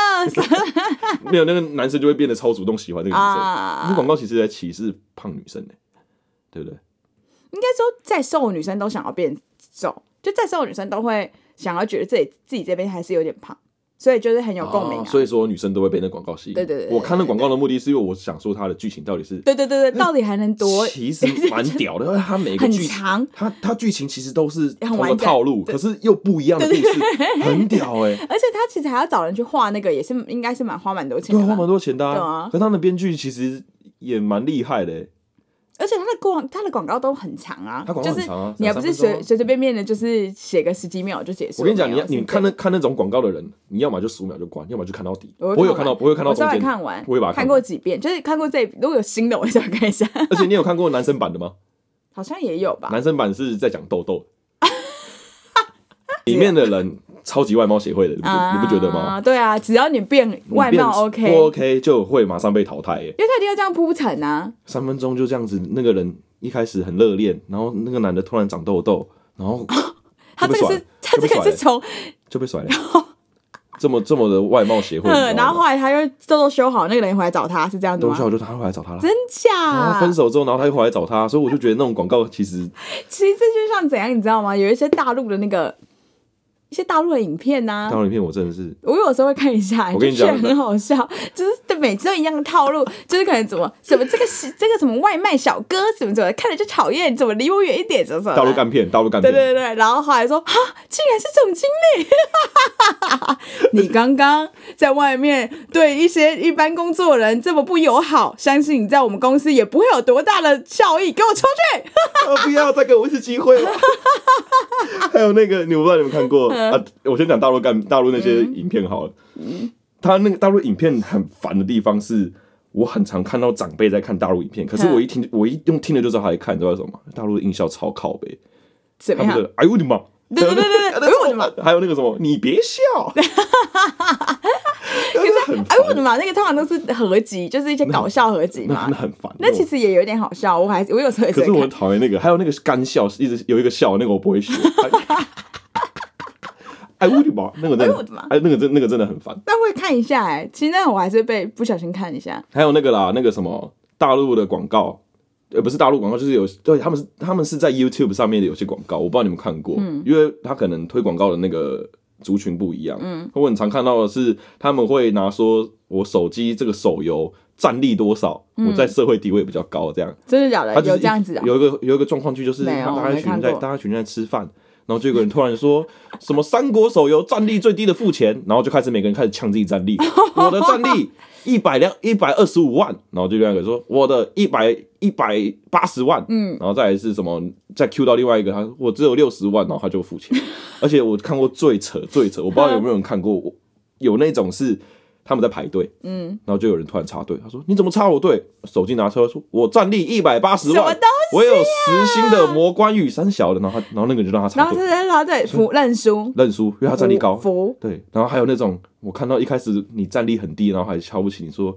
[SPEAKER 1] 没有那个男生就会变得超主动喜欢这个女生，那
[SPEAKER 2] 啊！
[SPEAKER 1] 广告其实在歧视胖女生呢、对不对？
[SPEAKER 2] 应该说，再瘦的女生都想要变瘦，就再瘦的女生都会想要觉得自己自己这边还是有点胖，所以就是很有共鸣
[SPEAKER 1] 哦
[SPEAKER 2] 啊。
[SPEAKER 1] 所以说女生都会被那广告吸引。
[SPEAKER 2] 对对对对对
[SPEAKER 1] 我看那广告的目的是因为我想说它的剧情到底是
[SPEAKER 2] 对对对对，到底还能多
[SPEAKER 1] 其实 蛮屌的，因为它每个
[SPEAKER 2] 很
[SPEAKER 1] 剧
[SPEAKER 2] 长？
[SPEAKER 1] 它它剧情其实都是
[SPEAKER 2] 很
[SPEAKER 1] 同
[SPEAKER 2] 完
[SPEAKER 1] 个
[SPEAKER 2] 整
[SPEAKER 1] 套路，可是又不一样的故事，很屌哎、
[SPEAKER 2] 而且他其实还要找人去画那个，也是应该是蛮花蛮多钱
[SPEAKER 1] 对啊，
[SPEAKER 2] 的
[SPEAKER 1] 花
[SPEAKER 2] 吧。
[SPEAKER 1] 蛮多钱的、
[SPEAKER 2] 对啊
[SPEAKER 1] 可他们的编剧其实也蛮厉害的、欸，
[SPEAKER 2] 而且他的广他的广告都很长啊
[SPEAKER 1] 它广，告
[SPEAKER 2] 就
[SPEAKER 1] 很
[SPEAKER 2] 是
[SPEAKER 1] 长啊
[SPEAKER 2] 你还
[SPEAKER 1] 两
[SPEAKER 2] 不
[SPEAKER 1] 三
[SPEAKER 2] 是
[SPEAKER 1] 分钟啊
[SPEAKER 2] 随随随便便的，就是写个十几秒就结束。
[SPEAKER 1] 我跟你讲，
[SPEAKER 2] 没
[SPEAKER 1] 你
[SPEAKER 2] 有
[SPEAKER 1] 要你看那看那种广告的人，你要么就十五秒就关，要么就看到底。
[SPEAKER 2] 我
[SPEAKER 1] 我
[SPEAKER 2] 会
[SPEAKER 1] 有看到，
[SPEAKER 2] 完
[SPEAKER 1] 我有看到
[SPEAKER 2] 我稍
[SPEAKER 1] 中
[SPEAKER 2] 微
[SPEAKER 1] 间，
[SPEAKER 2] 看完，
[SPEAKER 1] 我也把它看完
[SPEAKER 2] 看过几遍，就是看过这一，如果有新的，我也想看一下，
[SPEAKER 1] 而且你有看过男生版的吗？
[SPEAKER 2] 好像也有吧。
[SPEAKER 1] 男生版是在讲痘痘，里面的人超级外貌协会的，你不你不觉得吗？
[SPEAKER 2] 啊？对啊，只要你变
[SPEAKER 1] 你
[SPEAKER 2] 外
[SPEAKER 1] 变
[SPEAKER 2] 貌 OK，
[SPEAKER 1] 不 OK 就会马上被淘汰欸耶。
[SPEAKER 2] 因为他一定要这样铺陈啊。
[SPEAKER 1] 三分钟就这样子，那个人一开始很热恋，然后那个男的突然长痘痘，然后
[SPEAKER 2] 他这个
[SPEAKER 1] 就被甩
[SPEAKER 2] 是，他这
[SPEAKER 1] 就被
[SPEAKER 2] 个
[SPEAKER 1] 甩
[SPEAKER 2] 是从
[SPEAKER 1] 就被甩了。这么这么的外貌协会，你知道
[SPEAKER 2] 嗯，
[SPEAKER 1] 吗
[SPEAKER 2] 然后后来他又都都修好，那个人也回来找他，是这样子
[SPEAKER 1] 东
[SPEAKER 2] 吗
[SPEAKER 1] 校？就他回来找他了。
[SPEAKER 2] 真啊
[SPEAKER 1] 然后
[SPEAKER 2] 假？
[SPEAKER 1] 分手之后，然后哦他又回来找他，所以我就觉得那种广告其实
[SPEAKER 2] 其实这就像怎样，你知道吗？有一些大陆的那个一些大陆的影片啊呐、
[SPEAKER 1] 当然片我真的是
[SPEAKER 2] 我有时候会看一下，
[SPEAKER 1] 我跟你
[SPEAKER 2] 就觉得
[SPEAKER 1] 讲
[SPEAKER 2] 很好笑，就是每次都一样的套路，就是可能怎么什么这个是这个什么外卖小哥什么怎么的看着就讨厌，怎么离我远一点，怎么怎么的
[SPEAKER 1] 大陆干片，大陆干
[SPEAKER 2] 对
[SPEAKER 1] 片，
[SPEAKER 2] 对对，然后后来说哈，竟然是总经理，你刚刚在外面对一些一般工作人这么不友好，相信你在我们公司也不会有多大的效益，给我出去！
[SPEAKER 1] 啊不要再给我一次机会了。 还有那个，你我不知道你们看过
[SPEAKER 2] 嗯
[SPEAKER 1] 啊？我先讲大陆干大陆那些影片好了。他那个大陆影片很烦的地方是，我很常看到长辈在看大陆影片，可是
[SPEAKER 2] 嗯
[SPEAKER 1] 我一听我一用听了就知道他在看，你知道为什么吗？大陆的音效超靠背，
[SPEAKER 2] 怎
[SPEAKER 1] 他
[SPEAKER 2] 么
[SPEAKER 1] 们
[SPEAKER 2] 样？
[SPEAKER 1] 的哎呦我的妈！
[SPEAKER 2] 对对对对对
[SPEAKER 1] 还有那
[SPEAKER 2] 哎呦我的妈！
[SPEAKER 1] 还有那个什么，你别 笑。可
[SPEAKER 2] 哎，我的妈！那个通常都是合集，就是一些搞笑合集
[SPEAKER 1] 那
[SPEAKER 2] 嘛
[SPEAKER 1] 那。很烦。
[SPEAKER 2] 那其实也有点好笑，我还我有时候也
[SPEAKER 1] 可
[SPEAKER 2] 会
[SPEAKER 1] 是我很
[SPEAKER 2] 看。
[SPEAKER 1] 讨厌那个，还有那个干笑，一直有一个笑，那个我不会 学。哎，我的妈！那个真的
[SPEAKER 2] 哎呦我的妈，
[SPEAKER 1] 哎，那个真那个真的很烦。
[SPEAKER 2] 但会看一下哎、其实那我还是被不小心看一下。
[SPEAKER 1] 还有那个啦，那个什么大陆的广告，呃，不是大陆广告，就是有对，他们是他们是在 YouTube 上面的有些广告，我不知道你们看过，因为他可能推广告的那个族群不一样，嗯，我很常看到的是他们会拿说我手机这个手游占力多少，我在社会地位比较高，这样，
[SPEAKER 2] 真的假的
[SPEAKER 1] 他？就是
[SPEAKER 2] 有
[SPEAKER 1] 一
[SPEAKER 2] 这样子啊、
[SPEAKER 1] 有一个有一个状况剧就是
[SPEAKER 2] 没有
[SPEAKER 1] 大
[SPEAKER 2] 我
[SPEAKER 1] 家一
[SPEAKER 2] 没
[SPEAKER 1] 群
[SPEAKER 2] 看
[SPEAKER 1] 人在
[SPEAKER 2] 过
[SPEAKER 1] 大家一群人在吃饭。然后就有个人突然说 什么三国手游战力最低的付钱，然后就开始每个人开始呛自己 战力，我的战力一百两一百二十五万，然后就另外一个说我的一百一百八十万，嗯，然后再来是什么再 Q 到另外一个，他说我只有六十万，然后他就付钱，而且我看过最扯最扯，我不知道有没有人看过，我有那种是他们在排队，嗯，然后就有人突然插队，他说你怎么插我队？手机拿出来说，我战力一百八十
[SPEAKER 2] 什么
[SPEAKER 1] 万，
[SPEAKER 2] 东啊
[SPEAKER 1] 我有实心的魔关羽三小的，然后他，然后那个人就让他
[SPEAKER 2] 然
[SPEAKER 1] 插
[SPEAKER 2] 后
[SPEAKER 1] 队
[SPEAKER 2] 是他对服认输，
[SPEAKER 1] 认输，因为他战力高，
[SPEAKER 2] 服
[SPEAKER 1] 对，然后还有那种我看到一开始你战力很低，然后还瞧不起你说。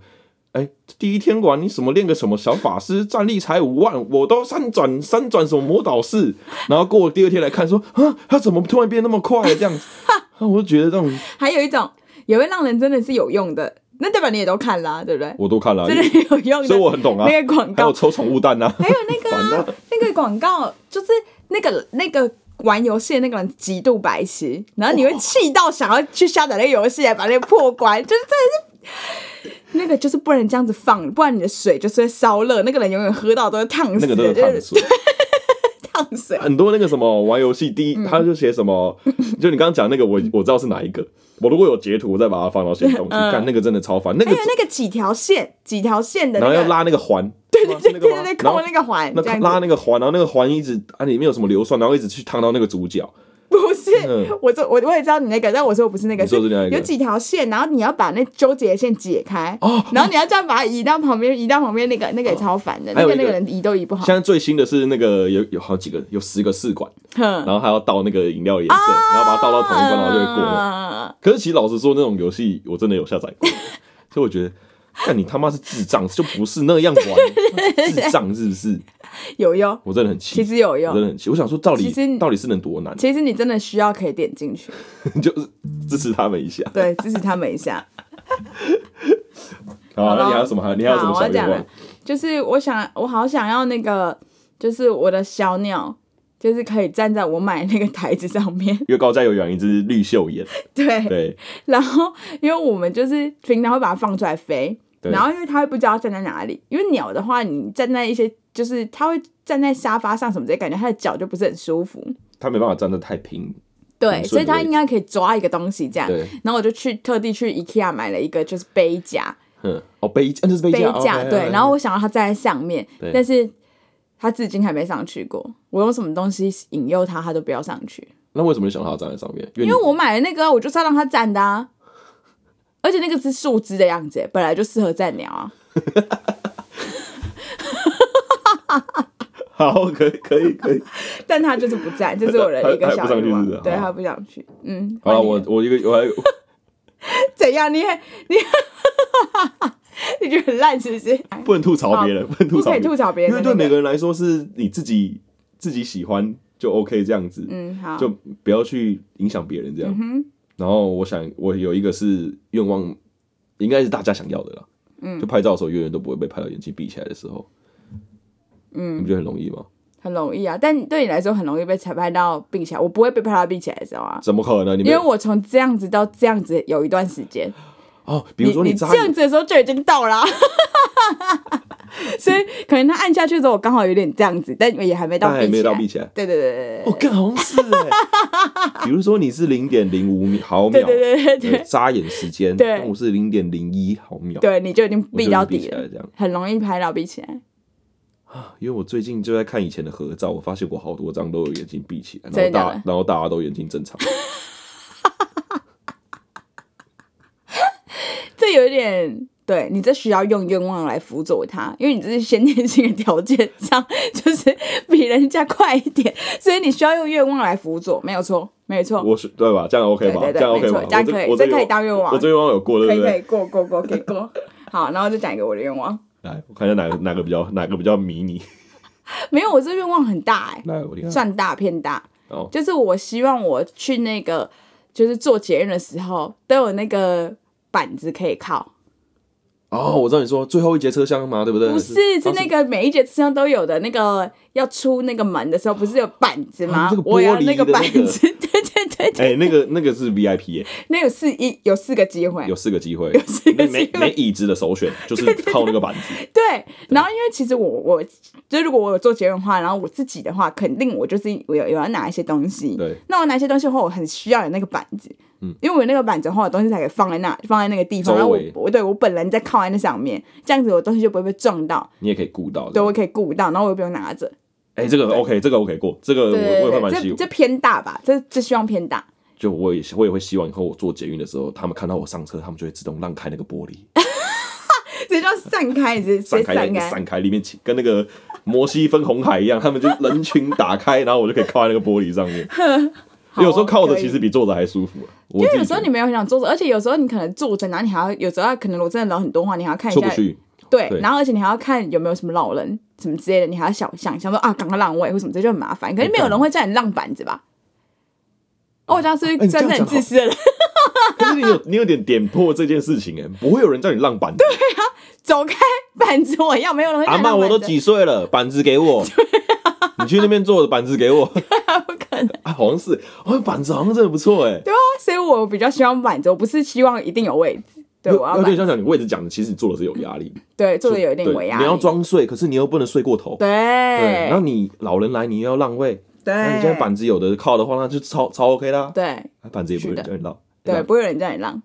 [SPEAKER 1] 哎，第一天玩你什么练个什么小法师，战力才五万，我都三转三转什么魔导士， 然后过了第二天来看说啊，他怎么突然变那么快了这样子， 啊，我就觉得这种
[SPEAKER 2] 还有一种也会让人真的是有用的，那代表你也都看啦，对不对？
[SPEAKER 1] 我都看了，
[SPEAKER 2] 真的有用的，
[SPEAKER 1] 所以我很懂啊。
[SPEAKER 2] 那个广
[SPEAKER 1] 还有
[SPEAKER 2] 告，
[SPEAKER 1] 抽宠物蛋呐、啊，
[SPEAKER 2] 还有那个、
[SPEAKER 1] 烦
[SPEAKER 2] 啊、那个广告，就是那个那个玩游戏的那个人极度白痴，然后你会气到想要去下载那个游戏，把那个破关，就是真的是。那个就是不能这样子放，不然你的水就是会烧热，那个人永远喝到都 是烫
[SPEAKER 1] 那
[SPEAKER 2] 死
[SPEAKER 1] 个
[SPEAKER 2] 的，
[SPEAKER 1] 都是
[SPEAKER 2] 就
[SPEAKER 1] 烫
[SPEAKER 2] 是
[SPEAKER 1] 水。
[SPEAKER 2] 烫水。
[SPEAKER 1] 很多那个什么玩游戏第一，
[SPEAKER 2] 嗯
[SPEAKER 1] 他就写什么，就你刚刚讲那个，我我知道是哪一个。我如果有截图，我再把它放到行动去
[SPEAKER 2] 嗯哎
[SPEAKER 1] 看，那个真的超烦。那
[SPEAKER 2] 还
[SPEAKER 1] 个
[SPEAKER 2] 有那个几条线，几条线的
[SPEAKER 1] 然
[SPEAKER 2] 那
[SPEAKER 1] 后要
[SPEAKER 2] 个，
[SPEAKER 1] 拉那个环，对对
[SPEAKER 2] 对对对，
[SPEAKER 1] 然后
[SPEAKER 2] 扣那个环，
[SPEAKER 1] 那
[SPEAKER 2] 这样子
[SPEAKER 1] 拉那个环，然后那个环一直啊里面有什么硫酸，然后一直去烫到那个主角。
[SPEAKER 2] 不是
[SPEAKER 1] 嗯，
[SPEAKER 2] 我说我我也知道你那个，但我说我不是那个，
[SPEAKER 1] 你说是另外一个
[SPEAKER 2] 有几条线，然后你要把那纠结的线解开，
[SPEAKER 1] 哦嗯
[SPEAKER 2] 然后你要这样把它移到旁边，移到旁边那个那个也超烦的，
[SPEAKER 1] 还
[SPEAKER 2] 那
[SPEAKER 1] 有
[SPEAKER 2] 个
[SPEAKER 1] 一个
[SPEAKER 2] 那个人移都移不好
[SPEAKER 1] 现，在最新的是那个有有好几个，有十个试管，
[SPEAKER 2] 哼，
[SPEAKER 1] 然后还要倒那个饮料颜色，然后把它倒到同一罐，然后就会过了。
[SPEAKER 2] 啊
[SPEAKER 1] 可是其实老实说，那种游戏我真的有下载过， 所以我觉得，看你他妈是智障，就不是那样玩，智障是不是？
[SPEAKER 2] 有用，
[SPEAKER 1] 我真的很
[SPEAKER 2] 其
[SPEAKER 1] 气，
[SPEAKER 2] 实有
[SPEAKER 1] 嗯我真
[SPEAKER 2] 用，
[SPEAKER 1] 的很气。我想说，到
[SPEAKER 2] 其实
[SPEAKER 1] 底到底是能多难？
[SPEAKER 2] 其实你真的需要可以点进去，
[SPEAKER 1] 就是支持他们一下。
[SPEAKER 2] 对，支持他们一下。
[SPEAKER 1] 好啊，
[SPEAKER 2] 好咯
[SPEAKER 1] 那你还有什么？你还有什么
[SPEAKER 2] 好，我
[SPEAKER 1] 小
[SPEAKER 2] 要
[SPEAKER 1] 愿
[SPEAKER 2] 讲
[SPEAKER 1] 望
[SPEAKER 2] 了？，就是我想，我好想要那个，就是我的小鸟，就是可以站在我买的那个台子上面，
[SPEAKER 1] 越高再有养一只绿袖眼，
[SPEAKER 2] 对。
[SPEAKER 1] 对
[SPEAKER 2] 然后因为我们就是平常会把它放出来飞，
[SPEAKER 1] 对
[SPEAKER 2] 然后因为它会不知道站在哪里，因为鸟的话，你站在一些就是它会站在沙发上什么之类，感觉它的脚就不是很舒服，
[SPEAKER 1] 它没办法站得太平。
[SPEAKER 2] 对，
[SPEAKER 1] 很顺的
[SPEAKER 2] 所以它
[SPEAKER 1] 位置
[SPEAKER 2] 应该可以抓一个东西这样。
[SPEAKER 1] 对，
[SPEAKER 2] 然后我就去特地去 IKEA 买了一个就是杯架，
[SPEAKER 1] 嗯，哦，杯架，那是杯
[SPEAKER 2] 杯
[SPEAKER 1] 架，
[SPEAKER 2] 架
[SPEAKER 1] 哦
[SPEAKER 2] 对，然后我想要它站在上面
[SPEAKER 1] 对，
[SPEAKER 2] 但是它至今还没上去过。我用什么东西引诱它，它都不要上去，
[SPEAKER 1] 那为什么你想让它站在上面？因为
[SPEAKER 2] 因
[SPEAKER 1] 你
[SPEAKER 2] 为我买的那个我就是要让它站的啊，而且那个是树枝的样子，本来就适合站鸟啊。
[SPEAKER 1] 好，可以可以 可以。
[SPEAKER 2] 但他就是不在，这是我的一个小愿望。
[SPEAKER 1] 他他他也不上去是不是
[SPEAKER 2] 对
[SPEAKER 1] 好
[SPEAKER 2] 他不想去，嗯，
[SPEAKER 1] 好了，
[SPEAKER 2] 换你
[SPEAKER 1] 我我一个我还
[SPEAKER 2] 怎样？你很你你觉得很烂是不是？
[SPEAKER 1] 不能吐槽别人，不能吐
[SPEAKER 2] 不
[SPEAKER 1] 槽
[SPEAKER 2] 可以
[SPEAKER 1] 别人
[SPEAKER 2] 吐。槽别人
[SPEAKER 1] 因
[SPEAKER 2] 的
[SPEAKER 1] 为
[SPEAKER 2] 那
[SPEAKER 1] 对每
[SPEAKER 2] 个。
[SPEAKER 1] 个人来说是你自己自己喜欢就 OK 这样子，
[SPEAKER 2] 嗯，好，
[SPEAKER 1] 就不要去影响别人这样。
[SPEAKER 2] 嗯哼，
[SPEAKER 1] 然后我想我有一个是愿望，应该是大家想要的啦。嗯，就拍照的时候永远都不会被拍到眼睛闭起来的时候。嗯，你不觉得很容易吗？
[SPEAKER 2] 很容易啊，但对你来说很容易被拍到并起来，我不会被拍到并起来的时候啊，
[SPEAKER 1] 怎么可能？你
[SPEAKER 2] 因
[SPEAKER 1] 没
[SPEAKER 2] 为
[SPEAKER 1] 有
[SPEAKER 2] 我从这样子到这样子有一段时间，
[SPEAKER 1] 哦，比如说
[SPEAKER 2] 你
[SPEAKER 1] 扎
[SPEAKER 2] 这样子的时候就已经到了啊、所以可能他按下去的时候，我刚好有点这样子，但也还没到
[SPEAKER 1] 但还
[SPEAKER 2] 闭
[SPEAKER 1] 没
[SPEAKER 2] 起
[SPEAKER 1] 到
[SPEAKER 2] 来。
[SPEAKER 1] 闭起来，
[SPEAKER 2] 对对对
[SPEAKER 1] 哦，更好像是 哎。比如说你是零点零五秒毫
[SPEAKER 2] 对
[SPEAKER 1] 秒，
[SPEAKER 2] 对对对对
[SPEAKER 1] 呃
[SPEAKER 2] 对
[SPEAKER 1] 眨眼时间，
[SPEAKER 2] 对
[SPEAKER 1] 但我是零点零一毫秒，
[SPEAKER 2] 对，你就已经
[SPEAKER 1] 我就
[SPEAKER 2] 闭到
[SPEAKER 1] 闭
[SPEAKER 2] 底
[SPEAKER 1] 起
[SPEAKER 2] 了，
[SPEAKER 1] 来这样。
[SPEAKER 2] 很容易拍到闭起来，
[SPEAKER 1] 因为我最近就在看以前的合照，我发现我好多张都有眼睛闭起来，然
[SPEAKER 2] 真
[SPEAKER 1] 后
[SPEAKER 2] 的假
[SPEAKER 1] 大
[SPEAKER 2] 的
[SPEAKER 1] 然后大家都眼睛正常。
[SPEAKER 2] 这有一点。对你这需要用愿望来辅佐他，因为你这是先天性的条件上，就是比人家快一点，所以你需要用愿望来辅佐，没有错，没有错。
[SPEAKER 1] 我是对吧？这样 OK 吧？
[SPEAKER 2] 哦对对
[SPEAKER 1] 这
[SPEAKER 2] 对
[SPEAKER 1] 样 OK
[SPEAKER 2] 没错
[SPEAKER 1] 吧？
[SPEAKER 2] 这样可以
[SPEAKER 1] 我这
[SPEAKER 2] 这可以当愿望
[SPEAKER 1] 我这愿望有过，对
[SPEAKER 2] 可
[SPEAKER 1] 不
[SPEAKER 2] 以可以
[SPEAKER 1] 对？
[SPEAKER 2] 过过过可以过。好，然后就讲一个我的愿望，
[SPEAKER 1] 来，我看一下哪个哪个比较哪个比较迷你。
[SPEAKER 2] 没有，我这愿望很大哎、
[SPEAKER 1] 来，我听看。
[SPEAKER 2] 算大偏大，
[SPEAKER 1] 哦，
[SPEAKER 2] 就是我希望我去那个就是做捷运的时候都有那个板子可以靠，
[SPEAKER 1] 哦，我知道你说最后一节车厢嘛，对不对？
[SPEAKER 2] 不是是那
[SPEAKER 1] 个
[SPEAKER 2] 个每一节车厢都有的那个要出那个门的时候不是有板子吗？
[SPEAKER 1] 啊这个玻璃
[SPEAKER 2] 我要那个
[SPEAKER 1] 的那
[SPEAKER 2] 板
[SPEAKER 1] 个
[SPEAKER 2] 子，对对对对，
[SPEAKER 1] 哎，那个那个是 VIP 耶，
[SPEAKER 2] 那有四一有四个机会
[SPEAKER 1] 有，四个机 会，
[SPEAKER 2] 四个
[SPEAKER 1] 每每
[SPEAKER 2] 机会
[SPEAKER 1] 每椅子的首选就是靠那个板子。
[SPEAKER 2] 对，然后因为其实我我就如果我有做捷运的话，然后我自己的话，肯定我就是我有有要拿一些东西，
[SPEAKER 1] 对，
[SPEAKER 2] 那我拿一些东西的话，我很需要有那个板子，
[SPEAKER 1] 嗯，
[SPEAKER 2] 因为我有那个板子的话，我东西才可以放在那，放在那个地
[SPEAKER 1] 周
[SPEAKER 2] 方，然后我
[SPEAKER 1] 围
[SPEAKER 2] 我对我本人再靠在那上面，这样子我东西就不会被撞到，
[SPEAKER 1] 你也可以顾到。
[SPEAKER 2] 对，我可以顾到，然后我又不用拿着，
[SPEAKER 1] 哎，这个 OK，这个 OK 过，这个我我
[SPEAKER 2] 对
[SPEAKER 1] 也会
[SPEAKER 2] 对对，
[SPEAKER 1] 蛮希
[SPEAKER 2] 这
[SPEAKER 1] 望，
[SPEAKER 2] 这偏大吧，这这希望偏大，
[SPEAKER 1] 就我也我也会希望以后我坐捷运的时候，他们看到我上车，他们就会自动让开那个玻 璃，
[SPEAKER 2] 这叫散开，直接直
[SPEAKER 1] 散
[SPEAKER 2] 接
[SPEAKER 1] 开那
[SPEAKER 2] 散
[SPEAKER 1] 个
[SPEAKER 2] 开，
[SPEAKER 1] 散开，里面起跟那个摩西分红海一样，他们就人群打开，然后我就可以靠在那个玻璃上 面。
[SPEAKER 2] 好
[SPEAKER 1] 有时候靠着
[SPEAKER 2] 可以
[SPEAKER 1] 其实比坐着还舒服、啊。因
[SPEAKER 2] 因为有时候你没有很想坐着，而且有时候你可能坐着，然后你还要有时候可能我真的人很多的话，你还要看一
[SPEAKER 1] 出不
[SPEAKER 2] 下
[SPEAKER 1] 去，
[SPEAKER 2] 对，
[SPEAKER 1] 对
[SPEAKER 2] 然后而且你还要看有没有什么老人什么之类的，你还要想想想说啊，赶快让位或什么，这就很麻烦。可是没有人会叫你让板子吧？哦，我这样是
[SPEAKER 1] 哎
[SPEAKER 2] 不
[SPEAKER 1] 你
[SPEAKER 2] 是
[SPEAKER 1] 这样
[SPEAKER 2] 算是很自私的人？
[SPEAKER 1] 可哎是你有你有点点破这件事情哎、不会有人叫你让 板子。
[SPEAKER 2] 走开，板子我要，没有人会叫
[SPEAKER 1] 阿
[SPEAKER 2] 你让
[SPEAKER 1] 妈，
[SPEAKER 2] 板子。
[SPEAKER 1] 我都几岁了， 板子给 我。你去那边坐着，板子给我。
[SPEAKER 2] 不可啊 能，对
[SPEAKER 1] 啊，好像是，哦，板子好像真的不错哎、
[SPEAKER 2] 啊，所以我比较希望板子，我不是希望一定有位置。对，
[SPEAKER 1] 有
[SPEAKER 2] 我要
[SPEAKER 1] 有点像
[SPEAKER 2] 板，
[SPEAKER 1] 讲你位置讲的，其实你做的是有压力，
[SPEAKER 2] 对， 做的有一点
[SPEAKER 1] 对
[SPEAKER 2] 微压
[SPEAKER 1] 你要
[SPEAKER 2] 力。
[SPEAKER 1] 装睡，可是你又不能睡过头。
[SPEAKER 2] 对，
[SPEAKER 1] 然后你老人来，你又要让位。
[SPEAKER 2] 对，
[SPEAKER 1] 那你现在板子有的靠的话，那就超超 OK 啦。
[SPEAKER 2] 对
[SPEAKER 1] 啊板子也不会
[SPEAKER 2] 是的
[SPEAKER 1] 叫你让。
[SPEAKER 2] 对，不会有人叫你让，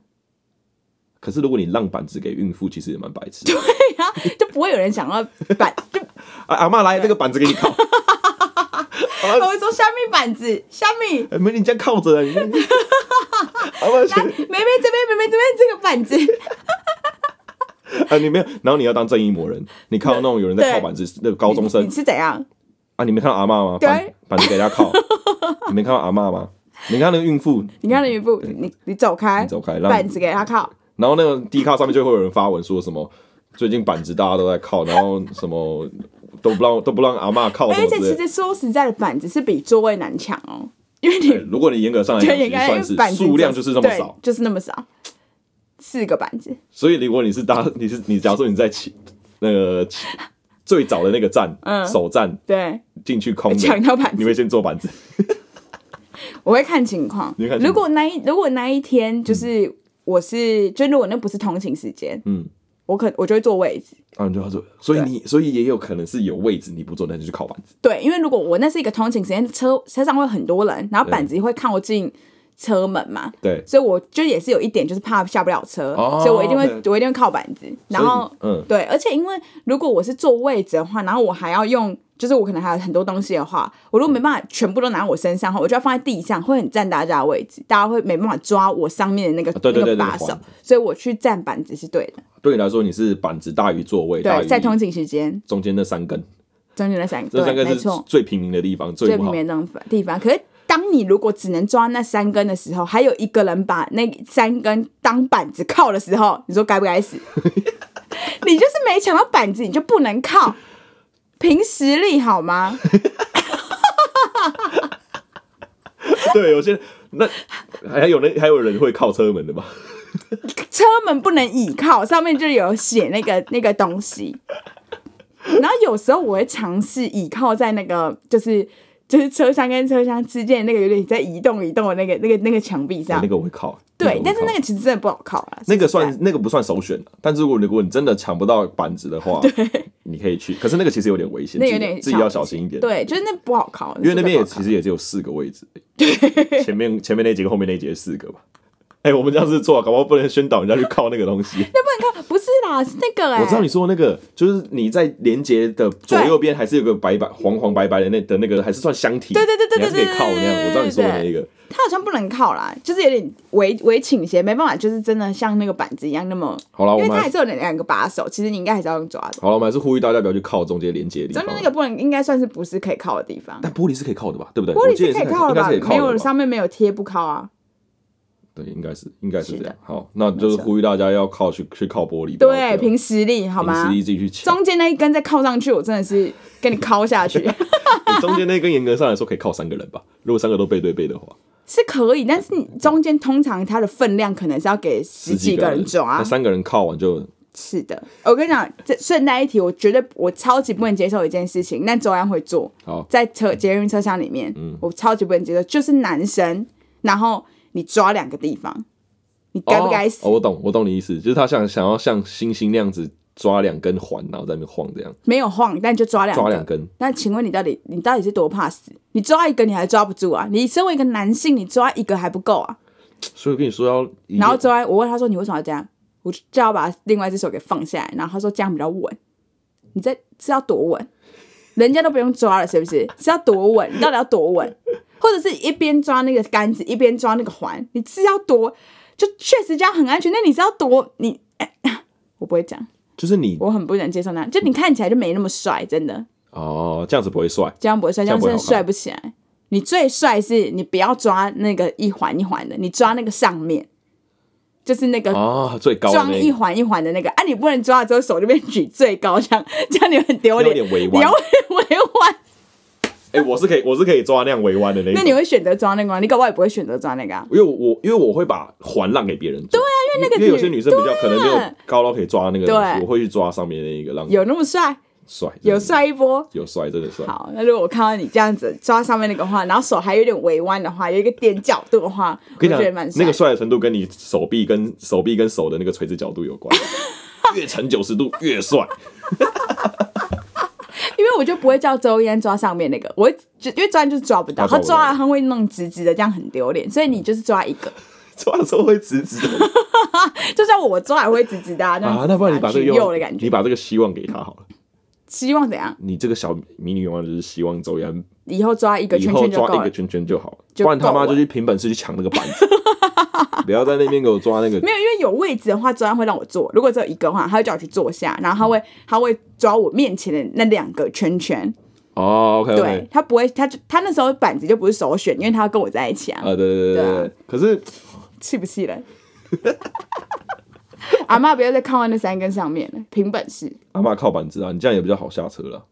[SPEAKER 1] 可是如果你让板子给孕妇，其实也蛮白痴的。
[SPEAKER 2] 啊就不会有人想要 板，就
[SPEAKER 1] 啊， 阿妈来，这个板子给你 靠。
[SPEAKER 2] 我会说虾米板子，虾米。
[SPEAKER 1] 哎没你这样靠着啊，你 阿妈学
[SPEAKER 2] 来，梅梅这边，梅梅这边这个板子，
[SPEAKER 1] 啊，你没有，然后你要当正义魔人，你看到那种有人在靠板子，那个高中
[SPEAKER 2] 你
[SPEAKER 1] 生
[SPEAKER 2] 你是怎样？
[SPEAKER 1] 啊，你没看到阿妈吗？
[SPEAKER 2] 对
[SPEAKER 1] 板板子给人家 靠，你没看到阿妈吗？你看那个孕妇，
[SPEAKER 2] 你看那一步，你你走开，
[SPEAKER 1] 你走开，让
[SPEAKER 2] 板子给他靠，
[SPEAKER 1] 然后那个 D 卡上面就会有人发文说什么，最近板子大家都在靠，然后什么都不让都不让阿妈靠什
[SPEAKER 2] 而
[SPEAKER 1] 么
[SPEAKER 2] 且
[SPEAKER 1] 之类
[SPEAKER 2] 哎其
[SPEAKER 1] 的。
[SPEAKER 2] 实说实在的，板子是比座位难抢哦， 因为你
[SPEAKER 1] 对如果你严格上来
[SPEAKER 2] 就
[SPEAKER 1] 讲，
[SPEAKER 2] 应
[SPEAKER 1] 其
[SPEAKER 2] 该
[SPEAKER 1] 实
[SPEAKER 2] 因为板
[SPEAKER 1] 哎算是
[SPEAKER 2] 子
[SPEAKER 1] 数量就是这么少，，
[SPEAKER 2] 对就是那么少，四个板子，
[SPEAKER 1] 所以如果你是搭你是你，假如说你在起那个起最早的那个站，
[SPEAKER 2] 嗯
[SPEAKER 1] 首站
[SPEAKER 2] 对，
[SPEAKER 1] 进去空
[SPEAKER 2] 抢
[SPEAKER 1] 的，
[SPEAKER 2] 到板
[SPEAKER 1] 你
[SPEAKER 2] 子，
[SPEAKER 1] 会先坐板子。
[SPEAKER 2] 我会看情况
[SPEAKER 1] 你会看。情况
[SPEAKER 2] 如果那一如果那一天就是我是，就如果那不是通勤时间，
[SPEAKER 1] 嗯，
[SPEAKER 2] 我可我就会坐位置。
[SPEAKER 1] 啊，你就要坐，所以你所以也有可能是有位置你不坐，那就去靠板子。
[SPEAKER 2] 对，因为如果我那是一个通勤时间，车车上会很多人，然后
[SPEAKER 1] 对
[SPEAKER 2] 板子会靠近车门嘛，
[SPEAKER 1] 对，
[SPEAKER 2] 所以我就也是有一点就是怕下不了车，
[SPEAKER 1] 哦
[SPEAKER 2] 所以我一定会
[SPEAKER 1] OK
[SPEAKER 2] 我一定会靠板子，然后
[SPEAKER 1] 所以你嗯，
[SPEAKER 2] 对，而且因为如果我是坐位置的话，然后我还要用。就是我可能还有很多东西的话，我如果没办法全部都拿我身上的话，我就要放在地上，会很占大家的位置，大家会没办法抓我上面的那个、
[SPEAKER 1] 对对对对
[SPEAKER 2] 那个把手
[SPEAKER 1] 环，
[SPEAKER 2] 所以我去站板子是对的。
[SPEAKER 1] 对你来说你是板子大于座位，大
[SPEAKER 2] 对，
[SPEAKER 1] 于
[SPEAKER 2] 在通勤时间
[SPEAKER 1] 中间那三根，
[SPEAKER 2] 中间的三
[SPEAKER 1] 这三
[SPEAKER 2] 对，
[SPEAKER 1] 根
[SPEAKER 2] 没
[SPEAKER 1] 是
[SPEAKER 2] 错，
[SPEAKER 1] 最平民的地方，最
[SPEAKER 2] 最
[SPEAKER 1] 不
[SPEAKER 2] 平
[SPEAKER 1] 好。
[SPEAKER 2] 面那种地方。可是当你如果只能抓那三根的时候，还有一个人把那三根当板子靠的时候，你说该不 该死？你就是没抢到板子，你就不能靠，凭实力好吗？
[SPEAKER 1] 对，有些那还有人还有人会靠车门 的吧？
[SPEAKER 2] 车门不能倚靠，上面就有写那个 那个东西。然后有时候我会尝试倚靠在那个，就是就是车厢跟车厢之间的那个有点在移动移动的那个那个那个墙壁上。
[SPEAKER 1] 那个我会靠。
[SPEAKER 2] 对，但是
[SPEAKER 1] 那个我会
[SPEAKER 2] 那
[SPEAKER 1] 靠
[SPEAKER 2] 个其实真的不好靠啊。
[SPEAKER 1] 那个
[SPEAKER 2] 说实在
[SPEAKER 1] 算那个不算首选，啊但是如果如果你真的抢不到板子的 话，你可以去。可是那个其实有点危险，
[SPEAKER 2] 那
[SPEAKER 1] 自己
[SPEAKER 2] 有点
[SPEAKER 1] 自己要小心一点。
[SPEAKER 2] 对，就是那不好靠，
[SPEAKER 1] 因为那边也其
[SPEAKER 2] 是
[SPEAKER 1] 实也只有四个位置，前面前面那几个，后面那几个四个吧。 哎、我们这样子做，搞不好不能宣导人家去靠那个 东西。
[SPEAKER 2] 不能靠，不是啦，是那个哎、
[SPEAKER 1] 我知道你说的那个，就是你在连接的左右边还是有个白白黄黄白白的那的那个，还是算箱体，
[SPEAKER 2] 对对对对
[SPEAKER 1] 你还是可以靠那样。我知道你说的那一个，
[SPEAKER 2] 它好像不能靠啦，就是有点微微倾斜，没办法，就是真的像那个板子一样那么，
[SPEAKER 1] 好哦了，我
[SPEAKER 2] 因为
[SPEAKER 1] 们
[SPEAKER 2] 它还
[SPEAKER 1] 还
[SPEAKER 2] 是有两两个把手，其实你应该还是要用抓的。
[SPEAKER 1] 好了，我们还是呼吁大家不要去靠中间连接的地
[SPEAKER 2] 中间
[SPEAKER 1] 方
[SPEAKER 2] 那。个不能，应该算是不是可以靠的地方。
[SPEAKER 1] 但玻璃是可以靠的吧？对不对？
[SPEAKER 2] 玻
[SPEAKER 1] 我
[SPEAKER 2] 璃
[SPEAKER 1] 记得
[SPEAKER 2] 可以
[SPEAKER 1] 是
[SPEAKER 2] 靠
[SPEAKER 1] 应
[SPEAKER 2] 的
[SPEAKER 1] 该
[SPEAKER 2] 吧？
[SPEAKER 1] 是可以靠
[SPEAKER 2] 没
[SPEAKER 1] 的
[SPEAKER 2] 有
[SPEAKER 1] 吧
[SPEAKER 2] 上面没有贴不靠啊。
[SPEAKER 1] 对，应该是应该是
[SPEAKER 2] 是
[SPEAKER 1] 这
[SPEAKER 2] 的
[SPEAKER 1] 样。好，那就是呼吁大家要靠去去靠玻璃，不要
[SPEAKER 2] 对，凭实力好
[SPEAKER 1] 凭
[SPEAKER 2] 吗
[SPEAKER 1] 实？力自己去抢。
[SPEAKER 2] 中间那一根再靠上去，我真的是跟你敲下去
[SPEAKER 1] 欸中间那根严格上来说可以靠三个人 吧，如果三个都背对背的话，
[SPEAKER 2] 是可以，但是你中间通常它的分量可能是要给十几个人啊抓
[SPEAKER 1] 那。三个人靠完就是
[SPEAKER 2] 的，我跟你讲，这顺带一提，我绝对我超级不能接受一件事情，那周安会做，
[SPEAKER 1] 好。
[SPEAKER 2] 在车捷运车厢里面，
[SPEAKER 1] 嗯
[SPEAKER 2] 我超级不能接受，就是男生，然后你抓两个地方，你该不该死？
[SPEAKER 1] 哦哦我懂，我懂你意思，就是他想想要像星星那样子抓两根环，然后在那边晃这样，
[SPEAKER 2] 没有晃，但就抓两个
[SPEAKER 1] 抓两根。
[SPEAKER 2] 那请问你到底你到底是多怕死？你抓一个你还抓不住啊？你身为一个男性，你抓一个还不够啊？
[SPEAKER 1] 所以我跟你说要，
[SPEAKER 2] 然后抓，我问他说你为什么要这样？我就叫他把另外一只手给放下来，然后他说这样比较稳。你在是要多稳？人家都不用抓了，是不是？是要多稳？你到底要多稳？或者是一边抓那个杆子，一边抓那个环，你是要多？就确实这样很安全，那你是要多你？哎我不会讲，
[SPEAKER 1] 就是你
[SPEAKER 2] 我很不能接受那样。就你看起来就没那么帅，真的。
[SPEAKER 1] 哦，这样子不会帅。
[SPEAKER 2] 这样不会帅，这
[SPEAKER 1] 这样
[SPEAKER 2] 样
[SPEAKER 1] 不会
[SPEAKER 2] 真的
[SPEAKER 1] 好看
[SPEAKER 2] 帅不起来。你最帅是你不要抓那个一环一环的，你抓那个上面，就是那个
[SPEAKER 1] 哦，最高的
[SPEAKER 2] 呃装
[SPEAKER 1] 那
[SPEAKER 2] 一
[SPEAKER 1] 个，
[SPEAKER 2] 环一环的那个。啊，你不能抓了之后手就被举最高，这样 这样你很丢脸，
[SPEAKER 1] 有点委
[SPEAKER 2] 你
[SPEAKER 1] 婉
[SPEAKER 2] 要委婉。
[SPEAKER 1] 哎、我是可以，我是可以抓那样围弯的那一
[SPEAKER 2] 那
[SPEAKER 1] 种，
[SPEAKER 2] 你会选择抓那个吗？你搞不好也不会选择抓那个啊。
[SPEAKER 1] 因为我因为我会把环让给别人，对啊，因为
[SPEAKER 2] 那个
[SPEAKER 1] 因为有些
[SPEAKER 2] 女啊
[SPEAKER 1] 女生比较可能没有高到可以抓那个东西，
[SPEAKER 2] 对
[SPEAKER 1] 我会去抓上面那一个让
[SPEAKER 2] 有那么帅，
[SPEAKER 1] 帅，真的
[SPEAKER 2] 有帅一波。
[SPEAKER 1] 有帅，真的帅。
[SPEAKER 2] 好，那如果我看到你这样子抓上面那个话，然后手还有点微弯的话，有一个点角度的话，我
[SPEAKER 1] 跟
[SPEAKER 2] 觉
[SPEAKER 1] 你
[SPEAKER 2] 得
[SPEAKER 1] 讲
[SPEAKER 2] 蛮，帅。
[SPEAKER 1] 那个帅的程度跟你手臂跟手臂跟手的那个垂直角度有 关，越沉九十度越帅。
[SPEAKER 2] 因为我就不会叫周嫣抓上面那个，我会就因为抓就是抓不到，
[SPEAKER 1] 他抓
[SPEAKER 2] 他
[SPEAKER 1] 不到
[SPEAKER 2] 抓了他会弄直直的，这样很丢脸。所以你就是抓一个，
[SPEAKER 1] 抓的时候会直直的
[SPEAKER 2] 就算我抓也会直直的啊。样
[SPEAKER 1] 啊，那不然你把这个
[SPEAKER 2] 直直地右
[SPEAKER 1] 用
[SPEAKER 2] 的感觉，
[SPEAKER 1] 你把这个希望给他好了。
[SPEAKER 2] 希望怎样？
[SPEAKER 1] 你这个小迷女愿望就是希望周洋
[SPEAKER 2] 以后抓一个
[SPEAKER 1] 以
[SPEAKER 2] 圈
[SPEAKER 1] 后
[SPEAKER 2] 圈就
[SPEAKER 1] 抓
[SPEAKER 2] 够
[SPEAKER 1] 一个
[SPEAKER 2] 了。
[SPEAKER 1] 圈圈就好了，
[SPEAKER 2] 就
[SPEAKER 1] 不然他
[SPEAKER 2] 够
[SPEAKER 1] 妈
[SPEAKER 2] 了
[SPEAKER 1] 就去凭本事去抢那个板子， 不要在那边给我抓那 个。
[SPEAKER 2] 没有，因为有位置的话，周安会让我坐。如果只有一个的话，他会叫我去坐下，然后他会他会抓我面前的那两个圈圈。
[SPEAKER 1] 哦，OK
[SPEAKER 2] 对
[SPEAKER 1] OK，
[SPEAKER 2] 他不会，他就他那时候板子就不是首选，因为他要跟我在一起啊，
[SPEAKER 1] 啊，对对对
[SPEAKER 2] 对啊
[SPEAKER 1] 对，可是
[SPEAKER 2] 气不气人？ 阿妈不要再靠在那三根上面了，凭本事，
[SPEAKER 1] 阿妈靠板子啊，你这样也比较好下车了。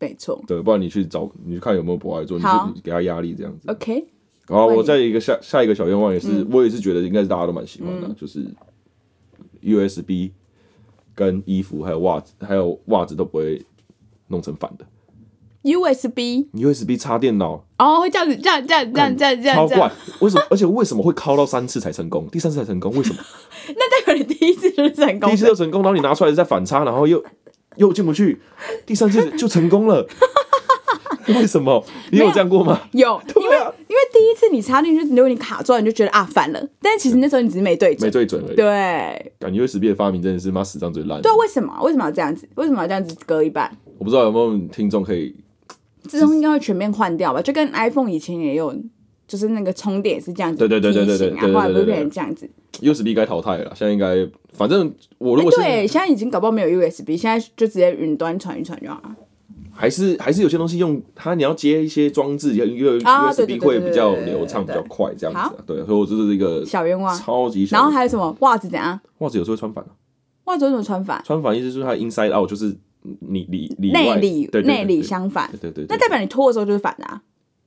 [SPEAKER 2] 没错。
[SPEAKER 1] 对，不然你去找你去看有没有不爱做，你
[SPEAKER 2] 好
[SPEAKER 1] 就给他压力这样子。
[SPEAKER 2] OK，
[SPEAKER 1] 然后
[SPEAKER 2] 问
[SPEAKER 1] 我
[SPEAKER 2] 你
[SPEAKER 1] 再一个下下一个小愿望也是，我也是觉得应该是大家都蛮喜欢的，就是 USB 跟衣服还有袜子，还有袜子都不会弄成反的。
[SPEAKER 2] USB
[SPEAKER 1] USB 插电脑，
[SPEAKER 2] 哦，会这样子，这样这样这样这样这
[SPEAKER 1] 超
[SPEAKER 2] 样这
[SPEAKER 1] 怪
[SPEAKER 2] 样，，
[SPEAKER 1] 为什么？而且为什么会敲到三次才成功？第三次才成功，为什么？
[SPEAKER 2] 那代表你第一次就是成功
[SPEAKER 1] 第一次
[SPEAKER 2] 的
[SPEAKER 1] 就。成功，然后你拿出来再反插，然后又又进不去，第三次就成功了。为什么？你有这样过吗？
[SPEAKER 2] 有，因为
[SPEAKER 1] 对啊，
[SPEAKER 2] 因为第一次你插进去，如果你卡住了，你就觉得啊反了，但是其实那时候你只是没对
[SPEAKER 1] 没
[SPEAKER 2] 准。
[SPEAKER 1] 对准而已。
[SPEAKER 2] 对，
[SPEAKER 1] 感觉 USB 的发明真的是妈史上最烂的
[SPEAKER 2] 对啊，。为什么？为什么要这样子？为什么要这样子割一半？
[SPEAKER 1] 我不知道有没有听众可以
[SPEAKER 2] 这东西应该会全面换掉吧？就跟 iPhone 以前也有，就是那个充电也是这样子
[SPEAKER 1] 对
[SPEAKER 2] 提醒啊，
[SPEAKER 1] 对对对对对对对
[SPEAKER 2] 后来不
[SPEAKER 1] 对
[SPEAKER 2] 是
[SPEAKER 1] 对
[SPEAKER 2] 变成这样子。
[SPEAKER 1] USB 该淘汰了，现在应该反正我如果是、
[SPEAKER 2] 哎对，现在已经搞不好没有 USB，现在就直接云端传一传就好了。
[SPEAKER 1] 还是还是有些东西用它，你要接一些装置，因为
[SPEAKER 2] 啊对对
[SPEAKER 1] USB
[SPEAKER 2] 对对
[SPEAKER 1] 会
[SPEAKER 2] 对
[SPEAKER 1] 比较流畅、比
[SPEAKER 2] 对
[SPEAKER 1] 较
[SPEAKER 2] 对
[SPEAKER 1] 快这样子、
[SPEAKER 2] 好
[SPEAKER 1] 啊。对，所以我这是一个
[SPEAKER 2] 小愿望。
[SPEAKER 1] 超级小。
[SPEAKER 2] 然后还有什么袜子怎样？
[SPEAKER 1] 袜子有时候会穿反啊，
[SPEAKER 2] 袜子有什么穿法？
[SPEAKER 1] 穿反意思就是它 inside out，就是你里里
[SPEAKER 2] 内
[SPEAKER 1] 外
[SPEAKER 2] 里
[SPEAKER 1] 对对对
[SPEAKER 2] 内里
[SPEAKER 1] 对
[SPEAKER 2] 相反。
[SPEAKER 1] 对对对，
[SPEAKER 2] 那代表你脱的时候就是反的、啊，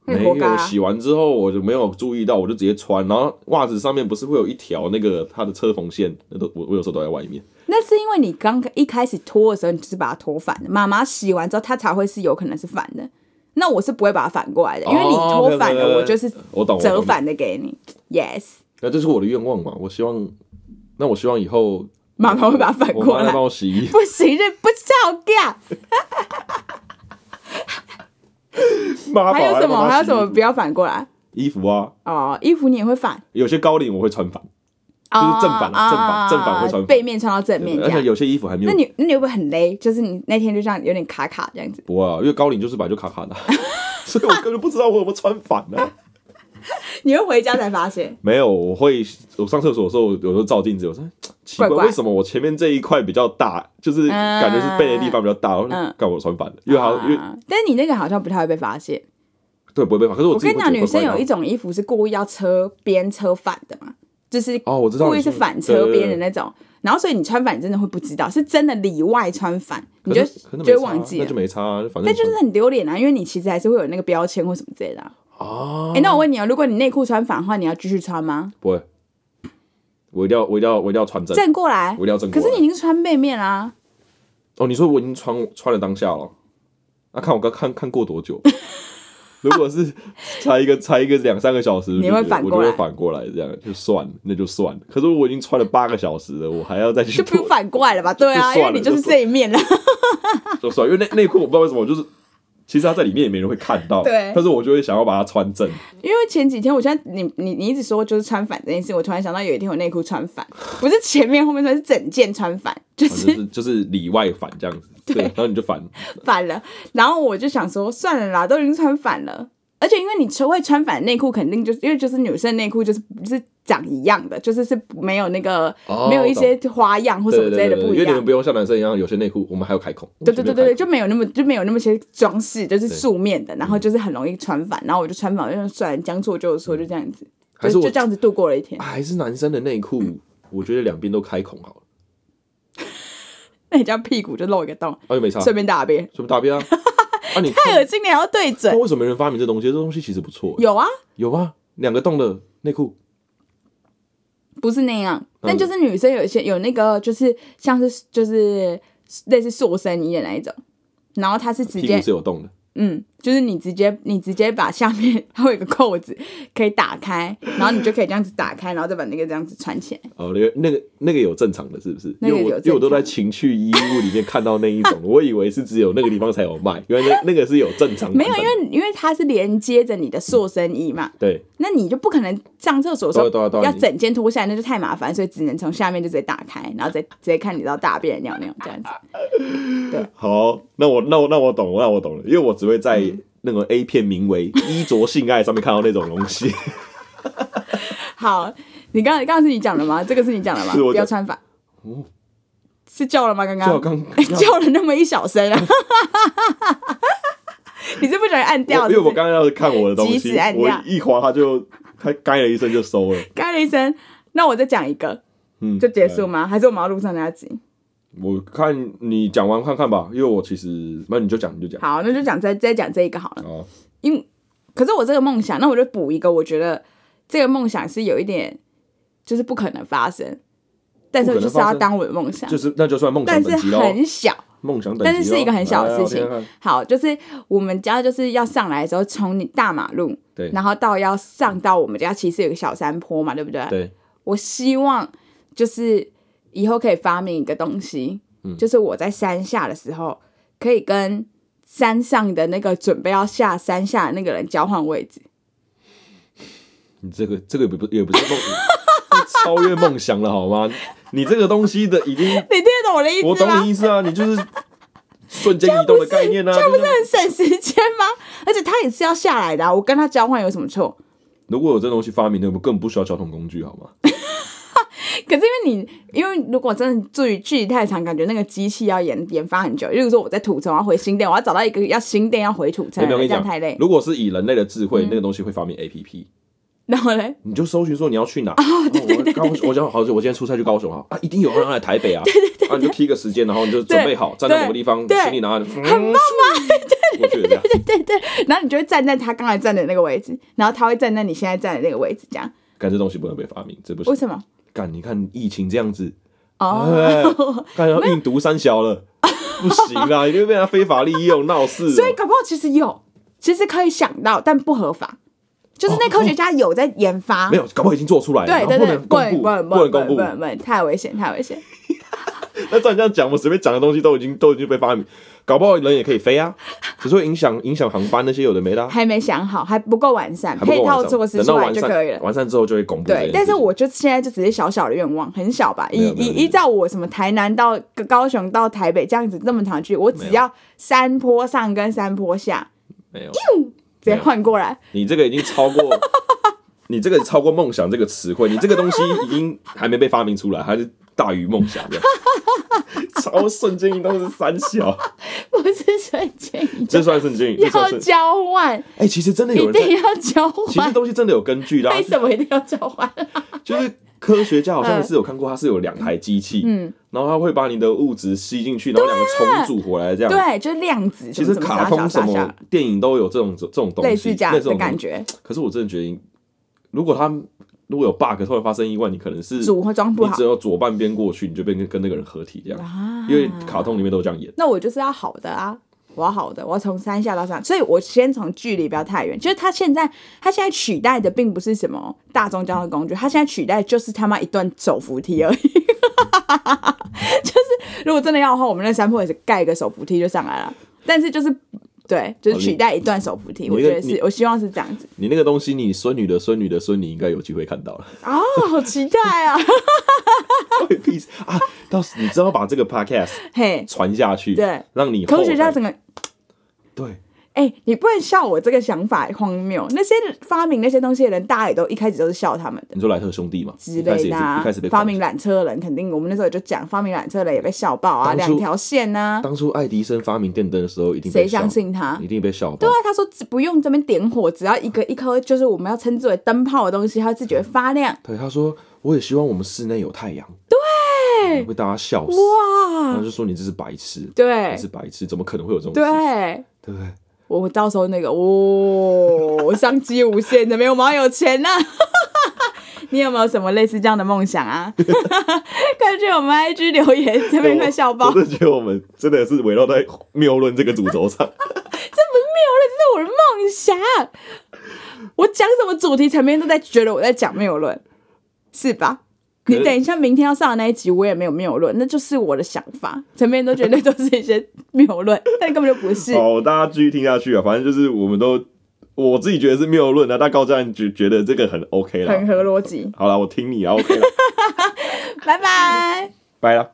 [SPEAKER 2] 会
[SPEAKER 1] 没
[SPEAKER 2] 活嘎
[SPEAKER 1] 有洗完之后我就没有注意到，我就直接穿，然后袜子上面不是会有一条那个它的车缝线，那都我我有时候都在外面。
[SPEAKER 2] 那是因为你刚一开始脱的时候，你就是把它脱反的。妈妈洗完之后，它才会是有可能是反的。那我是不会把它反过来的，因为你
[SPEAKER 1] 哦
[SPEAKER 2] 脱反
[SPEAKER 1] 对对
[SPEAKER 2] 了，
[SPEAKER 1] 对
[SPEAKER 2] 我就是
[SPEAKER 1] 我懂，我
[SPEAKER 2] 折
[SPEAKER 1] 懂。
[SPEAKER 2] 反的给你。Yes，
[SPEAKER 1] 那这是我的愿望嘛，我希望，那我希望以后
[SPEAKER 2] 妈妈会把它反
[SPEAKER 1] 我
[SPEAKER 2] 过
[SPEAKER 1] 妈
[SPEAKER 2] 来
[SPEAKER 1] 来。帮我洗衣服。
[SPEAKER 2] 不行，这不笑掉。
[SPEAKER 1] 妈
[SPEAKER 2] 还有什么？还有什么？不
[SPEAKER 1] 要
[SPEAKER 2] 要反过来
[SPEAKER 1] 衣服啊？
[SPEAKER 2] 哦。衣服你也会反，
[SPEAKER 1] 有些高领我会穿反，
[SPEAKER 2] 哦
[SPEAKER 1] 正反啊正反
[SPEAKER 2] 啊
[SPEAKER 1] 正反会穿反
[SPEAKER 2] 背面穿到正面这
[SPEAKER 1] 而且
[SPEAKER 2] 样。
[SPEAKER 1] 有些衣服还没
[SPEAKER 2] 那
[SPEAKER 1] 有。
[SPEAKER 2] 你那你会不会很勒？就是你那天就这样有点卡卡这样子。
[SPEAKER 1] 不会啊，因为高领就是本来就卡卡 的，啊所以我根本就不知道我有没有穿反啊呢、
[SPEAKER 2] 你会回家才发现，
[SPEAKER 1] 没有，我会我上厕所的时候，有时候照镜子，我说奇怪
[SPEAKER 2] 怪怪
[SPEAKER 1] 为什么我前面这一块比较大，就是感觉是背的地方比较大，我
[SPEAKER 2] 嗯
[SPEAKER 1] 说干我穿反了，因为好像因为
[SPEAKER 2] 啊但是你那个好像不太会被发现。
[SPEAKER 1] 对不会被反，可是我
[SPEAKER 2] 我
[SPEAKER 1] 自己
[SPEAKER 2] 跟
[SPEAKER 1] 会
[SPEAKER 2] 你
[SPEAKER 1] 觉得
[SPEAKER 2] 讲，女
[SPEAKER 1] 怪怪
[SPEAKER 2] 生有
[SPEAKER 1] 的
[SPEAKER 2] 一种衣服是故意要车边车反的嘛，就是
[SPEAKER 1] 哦，我知道
[SPEAKER 2] 故意
[SPEAKER 1] 你
[SPEAKER 2] 是
[SPEAKER 1] 说
[SPEAKER 2] 反
[SPEAKER 1] 对
[SPEAKER 2] 车
[SPEAKER 1] 对
[SPEAKER 2] 边的
[SPEAKER 1] 对
[SPEAKER 2] 那种。然后所以你穿反真的会不知道，是真的里外穿反，你就
[SPEAKER 1] 可是可是那没
[SPEAKER 2] 就会
[SPEAKER 1] 差啊
[SPEAKER 2] 忘记
[SPEAKER 1] 那
[SPEAKER 2] 了
[SPEAKER 1] 就。没差啊，反正
[SPEAKER 2] 那就是很丢脸啊，因为你其实还是会有那个标签或什么之类的、啊。
[SPEAKER 1] 啊
[SPEAKER 2] 哎、，那我问你哦，如果你内裤穿反的话，你要继续穿吗？
[SPEAKER 1] 不会，我一定要我一定要我一定要穿正，
[SPEAKER 2] 正过来
[SPEAKER 1] 我一，定要哦正过
[SPEAKER 2] 可
[SPEAKER 1] 来。
[SPEAKER 2] 是你已经穿背面 啦、
[SPEAKER 1] 哦，你说我已经穿穿了当下了，那、看我刚看看过多久？ 如果是才一个才一个两三个小时，
[SPEAKER 2] 你
[SPEAKER 1] 我就觉得
[SPEAKER 2] 会反
[SPEAKER 1] 我
[SPEAKER 2] 过
[SPEAKER 1] 就会
[SPEAKER 2] 来
[SPEAKER 1] 反过来，这样就算了，那就算了。可是我已经穿了八个小时了，我还要再去
[SPEAKER 2] 就不用
[SPEAKER 1] 脱，
[SPEAKER 2] 反过来了吧？对啊，
[SPEAKER 1] 就
[SPEAKER 2] 因为
[SPEAKER 1] 算了
[SPEAKER 2] 你就是这一面了。啊
[SPEAKER 1] 就算了，因为内内裤我不知道为什么，就是其实它在里面也没人会看到，
[SPEAKER 2] 对
[SPEAKER 1] 但是我就会想要把它穿正。
[SPEAKER 2] 因为前几天，我现在你你你一直说就是穿反这件事，我突然想到有一天我内裤穿反，不是前面后面穿，是整件穿反，就
[SPEAKER 1] 反
[SPEAKER 2] 是
[SPEAKER 1] 正就是就是里外反这样 子，对，然后你就反，
[SPEAKER 2] 反了。然后我就想说，算了啦，都已经穿反了。而且因为你穿会穿反内裤，肯定就是因为就是女生内裤就是是长一样的，就是是没有那个、
[SPEAKER 1] 哦
[SPEAKER 2] 没有一些花样或什
[SPEAKER 1] 对
[SPEAKER 2] 么
[SPEAKER 1] 对
[SPEAKER 2] 之类
[SPEAKER 1] 对
[SPEAKER 2] 的
[SPEAKER 1] 对，因
[SPEAKER 2] 不一
[SPEAKER 1] 为你
[SPEAKER 2] 样
[SPEAKER 1] 们。不用像男生一样，有些内裤我们还有开孔，
[SPEAKER 2] 对对对对对，
[SPEAKER 1] 对，
[SPEAKER 2] 就没有那么就没有那么些装饰，就是素面的，然
[SPEAKER 1] 嗯
[SPEAKER 2] 后就是很容易穿反，然后我就穿反，我就算了，将错就错，就这样子，
[SPEAKER 1] 嗯还
[SPEAKER 2] 就是
[SPEAKER 1] 我
[SPEAKER 2] 就这样子度过了一天。
[SPEAKER 1] 还是男生的内裤，我觉得两边都开孔好了，
[SPEAKER 2] 那你这样屁股就露一个洞，
[SPEAKER 1] 啊又没差，
[SPEAKER 2] 顺便大便，
[SPEAKER 1] 什么大 便啊？啊，你
[SPEAKER 2] 太
[SPEAKER 1] 看
[SPEAKER 2] 恶心了，还要对
[SPEAKER 1] 那
[SPEAKER 2] 准。
[SPEAKER 1] 为什么没人发明这东西？这东西其实不错、欸，
[SPEAKER 2] 有啊，
[SPEAKER 1] 有吗？两个洞的内裤，
[SPEAKER 2] 不是那样，
[SPEAKER 1] 嗯
[SPEAKER 2] 但就是女生有一些有那个，就是像是就是类似塑身衣的那一种，然后它是直
[SPEAKER 1] 屁股
[SPEAKER 2] 接
[SPEAKER 1] 是有洞的，
[SPEAKER 2] 嗯，就是你直接你直接把下面它会有一个扣子可以打开，然后你就可以这样子打开，然后再把那个这样子穿起来。
[SPEAKER 1] 哦，那个那个那个有正常的，是不是？
[SPEAKER 2] 那
[SPEAKER 1] 因
[SPEAKER 2] 个
[SPEAKER 1] 为我
[SPEAKER 2] 有
[SPEAKER 1] 因为我都
[SPEAKER 2] 正常
[SPEAKER 1] 在情趣衣物里面看到那一种，我以为是只有那个地方才有卖，原来那那个是有正常版本
[SPEAKER 2] 没有，因为因为它是连接着你的塑身衣嘛，
[SPEAKER 1] 对
[SPEAKER 2] 那你就不可能上厕所的
[SPEAKER 1] 对啊
[SPEAKER 2] 时
[SPEAKER 1] 对啊对
[SPEAKER 2] 候
[SPEAKER 1] 啊
[SPEAKER 2] 要
[SPEAKER 1] 你
[SPEAKER 2] 整件脱下来，那就太麻烦，所以只能从下面就直接打开，然后再直接看你到大便尿尿这样子。
[SPEAKER 1] 好，那我那我那我懂，那我懂了，因为我只会在
[SPEAKER 2] 嗯
[SPEAKER 1] 那个 A 片名为《衣着性爱》上面看到那种东 西。
[SPEAKER 2] 好，你刚刚刚刚是你讲的吗？这个是你讲的吗？
[SPEAKER 1] 是我讲
[SPEAKER 2] 不要穿反。
[SPEAKER 1] 哦
[SPEAKER 2] 是叫了吗？刚
[SPEAKER 1] 就
[SPEAKER 2] 刚
[SPEAKER 1] 刚
[SPEAKER 2] 叫了那么一小声啊！ 你是不小心按掉
[SPEAKER 1] 我
[SPEAKER 2] 是
[SPEAKER 1] 因为
[SPEAKER 2] 不
[SPEAKER 1] 我
[SPEAKER 2] 是？
[SPEAKER 1] 刚刚要是看我的东
[SPEAKER 2] 及
[SPEAKER 1] 西
[SPEAKER 2] 时按，
[SPEAKER 1] 我
[SPEAKER 2] 掉
[SPEAKER 1] 一滑它就它该了一声就收了，
[SPEAKER 2] 嘎了一声。那我再讲一个
[SPEAKER 1] 嗯，
[SPEAKER 2] 就结束吗？还是我们要录上下集？
[SPEAKER 1] 我看你讲完看看吧，因为我其实那你就讲你就讲
[SPEAKER 2] 好，那就讲再再讲这一个好了。
[SPEAKER 1] 啊，
[SPEAKER 2] 因为可是我这个梦想，那我就补一个，我觉得这个梦想是有一点就是不可能发生，但是
[SPEAKER 1] 不可能
[SPEAKER 2] 就是要
[SPEAKER 1] 发生
[SPEAKER 2] 当我的梦想，
[SPEAKER 1] 就是那就算梦
[SPEAKER 2] 但
[SPEAKER 1] 想
[SPEAKER 2] 是
[SPEAKER 1] 等级喽，
[SPEAKER 2] 很小。
[SPEAKER 1] 梦想等级咯，
[SPEAKER 2] 但是是一个很小的
[SPEAKER 1] 来来
[SPEAKER 2] 事情
[SPEAKER 1] 我听听看
[SPEAKER 2] 好，就是我们家就是要上来的时候，从你大马路，
[SPEAKER 1] 对
[SPEAKER 2] 然后到要上到我们家，其实有个小山坡嘛，对不对？
[SPEAKER 1] 对，
[SPEAKER 2] 我希望就是以后可以发明一个东西，
[SPEAKER 1] 嗯
[SPEAKER 2] 就是我在山下的时候，可以跟山上的那个准备要下山下的那个人交换位置。
[SPEAKER 1] 你这个这个也不也不是梦，这超越梦想了好吗？你这个东西的已 经，
[SPEAKER 2] 你听得懂我的意
[SPEAKER 1] 我
[SPEAKER 2] 思
[SPEAKER 1] 懂
[SPEAKER 2] 吗？
[SPEAKER 1] 你意思啊，你就是瞬间移动的概念啊，就是
[SPEAKER 2] 很省时间吗？而且他也是要下来的、啊，我跟他交换有什么错？
[SPEAKER 1] 如果有这东西发明的，我们根本不需要交通工具好吗？
[SPEAKER 2] 可是因为你，因为如果真的距离距离太长，感觉那个机器要研研发很久。例如说我在土城，我要回新店，我要找到一个要新店要回土城
[SPEAKER 1] 哎
[SPEAKER 2] 的
[SPEAKER 1] 没有我
[SPEAKER 2] 人，
[SPEAKER 1] 跟
[SPEAKER 2] 这样
[SPEAKER 1] 你
[SPEAKER 2] 太累
[SPEAKER 1] 讲，。
[SPEAKER 2] 嗯
[SPEAKER 1] 如果是以人类的智慧，那个东西会发明 A P P。
[SPEAKER 2] 然后嘞，
[SPEAKER 1] 你就搜寻说你要去哪？哦，对对对我我想好，我今天出差去高雄啊，啊，一定有人要来台 北啊，啊，你就 key 个时间，然后你就准备好，站在某个地方，
[SPEAKER 2] 对
[SPEAKER 1] 行李拿，很棒吗？过去的这样。
[SPEAKER 2] 然后你就会站在他刚才站的那个位置，然后他会站在你现在站的那个位置，这样
[SPEAKER 1] 干这东西不能被发明，这不
[SPEAKER 2] 为
[SPEAKER 1] 行。
[SPEAKER 2] 什么？
[SPEAKER 1] 干，你看疫情这样子，
[SPEAKER 2] 哦，
[SPEAKER 1] 哎，干要运毒三小了，不行 啦，一定会被他非法利用闹事哦。
[SPEAKER 2] 所以搞不好其实有，其实可以想到，但不合法，就是那科学家有在研发，
[SPEAKER 1] 没有，搞不好已经做出来了，
[SPEAKER 2] 对
[SPEAKER 1] 然后
[SPEAKER 2] 对
[SPEAKER 1] 不
[SPEAKER 2] 对，
[SPEAKER 1] 能公布，
[SPEAKER 2] 不能
[SPEAKER 1] 不能公
[SPEAKER 2] 不
[SPEAKER 1] 布。
[SPEAKER 2] 能不能，太危险太危险，
[SPEAKER 1] 那照你这样讲，我们随便讲的东西都已经都已经被发明，搞不好人也可以飞啊，只是会影响影响航班那些有的没的啊、
[SPEAKER 2] 还没想好，还不够完善，
[SPEAKER 1] 还不
[SPEAKER 2] 配
[SPEAKER 1] 够
[SPEAKER 2] 套
[SPEAKER 1] 完善。
[SPEAKER 2] 措施
[SPEAKER 1] 等
[SPEAKER 2] 出
[SPEAKER 1] 到
[SPEAKER 2] 来
[SPEAKER 1] 完
[SPEAKER 2] 就
[SPEAKER 1] 善
[SPEAKER 2] 可以了。
[SPEAKER 1] 完善之后就会公布这件
[SPEAKER 2] 对
[SPEAKER 1] 事，情。
[SPEAKER 2] 但是我就现在就只是小小的愿望，很小吧。
[SPEAKER 1] 没
[SPEAKER 2] 依
[SPEAKER 1] 有没
[SPEAKER 2] 依
[SPEAKER 1] 有
[SPEAKER 2] 依照我什么台南到高雄到台北这样子这么长距离，我只
[SPEAKER 1] 没有
[SPEAKER 2] 要山坡上跟山坡下
[SPEAKER 1] 没有，
[SPEAKER 2] 直接
[SPEAKER 1] 没有
[SPEAKER 2] 换过来，
[SPEAKER 1] 你这个已经超过， 你这个超过梦想这个词汇，你这个东西已经还没被发明出来，还是大于梦想的。 超瞬间移动是三 小，
[SPEAKER 2] 不是瞬间移动
[SPEAKER 1] 这算瞬间移，这算
[SPEAKER 2] 要
[SPEAKER 1] 瞬。
[SPEAKER 2] 交换，
[SPEAKER 1] 哎、其实真的有
[SPEAKER 2] 一
[SPEAKER 1] 人在，
[SPEAKER 2] 定要交
[SPEAKER 1] 其实
[SPEAKER 2] 换。
[SPEAKER 1] 东西真的有根据的、啊
[SPEAKER 2] 为，什么一定要交换？
[SPEAKER 1] 就是科学家好像是有看过，它是有两台机器，
[SPEAKER 2] 嗯，
[SPEAKER 1] 然后它会把你的物质吸进去，然后两个重组回来这样。
[SPEAKER 2] 对，就是量子，
[SPEAKER 1] 其实卡通什
[SPEAKER 2] 什么
[SPEAKER 1] 么电影都有这种这种东西，
[SPEAKER 2] 类似这样
[SPEAKER 1] 那
[SPEAKER 2] 的
[SPEAKER 1] 种
[SPEAKER 2] 感。觉，
[SPEAKER 1] 可是我真的觉得，如果他如果有 bug 突然发生意外，你可能是
[SPEAKER 2] 组合装不
[SPEAKER 1] 你
[SPEAKER 2] 好
[SPEAKER 1] 只有左半边过去，你就变跟跟那个人合体这样，
[SPEAKER 2] 啊
[SPEAKER 1] 因为卡通里面都这样演。
[SPEAKER 2] 那我就是要好的啊，我要好的，我要从山下到山，所以我先从距离不要太远。就是他现在，他现在取代的并不是什么大众交通工具，他现在取代就是他妈一段手扶梯而已。 就是如果真的要的话，我们那山坡也是盖一个手扶梯就上来了，但是就是。对，就是取代一段手扶梯，
[SPEAKER 1] 哦
[SPEAKER 2] 我
[SPEAKER 1] 你
[SPEAKER 2] 觉得
[SPEAKER 1] 你
[SPEAKER 2] 是，我希望是这样子
[SPEAKER 1] 你那个东西，你孙女的孙女的孙女应该有机会看到了。
[SPEAKER 2] 啊、好期待啊！
[SPEAKER 1] 关于 peace 啊，到时你知道把这个 podcast
[SPEAKER 2] 嘿，
[SPEAKER 1] 传下去，
[SPEAKER 2] 对，
[SPEAKER 1] 让你
[SPEAKER 2] 科
[SPEAKER 1] 后
[SPEAKER 2] 学家
[SPEAKER 1] 代
[SPEAKER 2] 整个
[SPEAKER 1] 对
[SPEAKER 2] 哎、你不能笑我这个想法荒谬。那些发明那些东西的人，大家也都一开始都是笑他们的
[SPEAKER 1] 你说莱特兄弟嘛，
[SPEAKER 2] 之
[SPEAKER 1] 一开始
[SPEAKER 2] 类
[SPEAKER 1] 也
[SPEAKER 2] 的、
[SPEAKER 1] 是
[SPEAKER 2] 啊
[SPEAKER 1] 一开始被。
[SPEAKER 2] 发明缆车的人，肯定我们那时候就讲，发明缆车的人也被笑爆啊，
[SPEAKER 1] 当初
[SPEAKER 2] 两条线呐、
[SPEAKER 1] 当初爱迪生发明电灯的时候，一定被
[SPEAKER 2] 谁
[SPEAKER 1] 笑嗯
[SPEAKER 2] 相信他？
[SPEAKER 1] 一定被笑爆
[SPEAKER 2] 对啊。，他说只不用这边点火，只要一个一颗，就是我们要称之为灯泡的东西，它自己会发亮。
[SPEAKER 1] 对，他说我也希望我们室内有太阳，嗯
[SPEAKER 2] 对，
[SPEAKER 1] 被大家笑死。然后
[SPEAKER 2] 哇，
[SPEAKER 1] 就说你这是白痴，
[SPEAKER 2] 对
[SPEAKER 1] 你是白痴，怎么可能会有这种事情？
[SPEAKER 2] 对，
[SPEAKER 1] 对不对？
[SPEAKER 2] 我到时候那个哦，商机无限，怎么有毛有钱呢、啊 你有没有什么类似这样的梦想啊？ 快去我们 IG 留言，这边快笑爆！
[SPEAKER 1] 我
[SPEAKER 2] 这
[SPEAKER 1] 真的觉得我们真的是围绕在谬论这个主轴上，
[SPEAKER 2] 是我的梦想。我讲什么主题，前面都在觉得我在讲谬论，是吧？
[SPEAKER 1] 可
[SPEAKER 2] 你
[SPEAKER 1] 是
[SPEAKER 2] 等一下，明天要上的那一集，我也没有谬论，那就是我的想法。前面都觉得都是一些谬论，但根本就不是。
[SPEAKER 1] 好，大家继续听下去啊。反正就是我们都，我自己觉得是谬论啊，但高赞觉觉得这个很 OK
[SPEAKER 2] 很
[SPEAKER 1] 了。
[SPEAKER 2] 合逻辑，
[SPEAKER 1] 好了，我听你啊，OK 了，
[SPEAKER 2] 拜拜。
[SPEAKER 1] 拜了。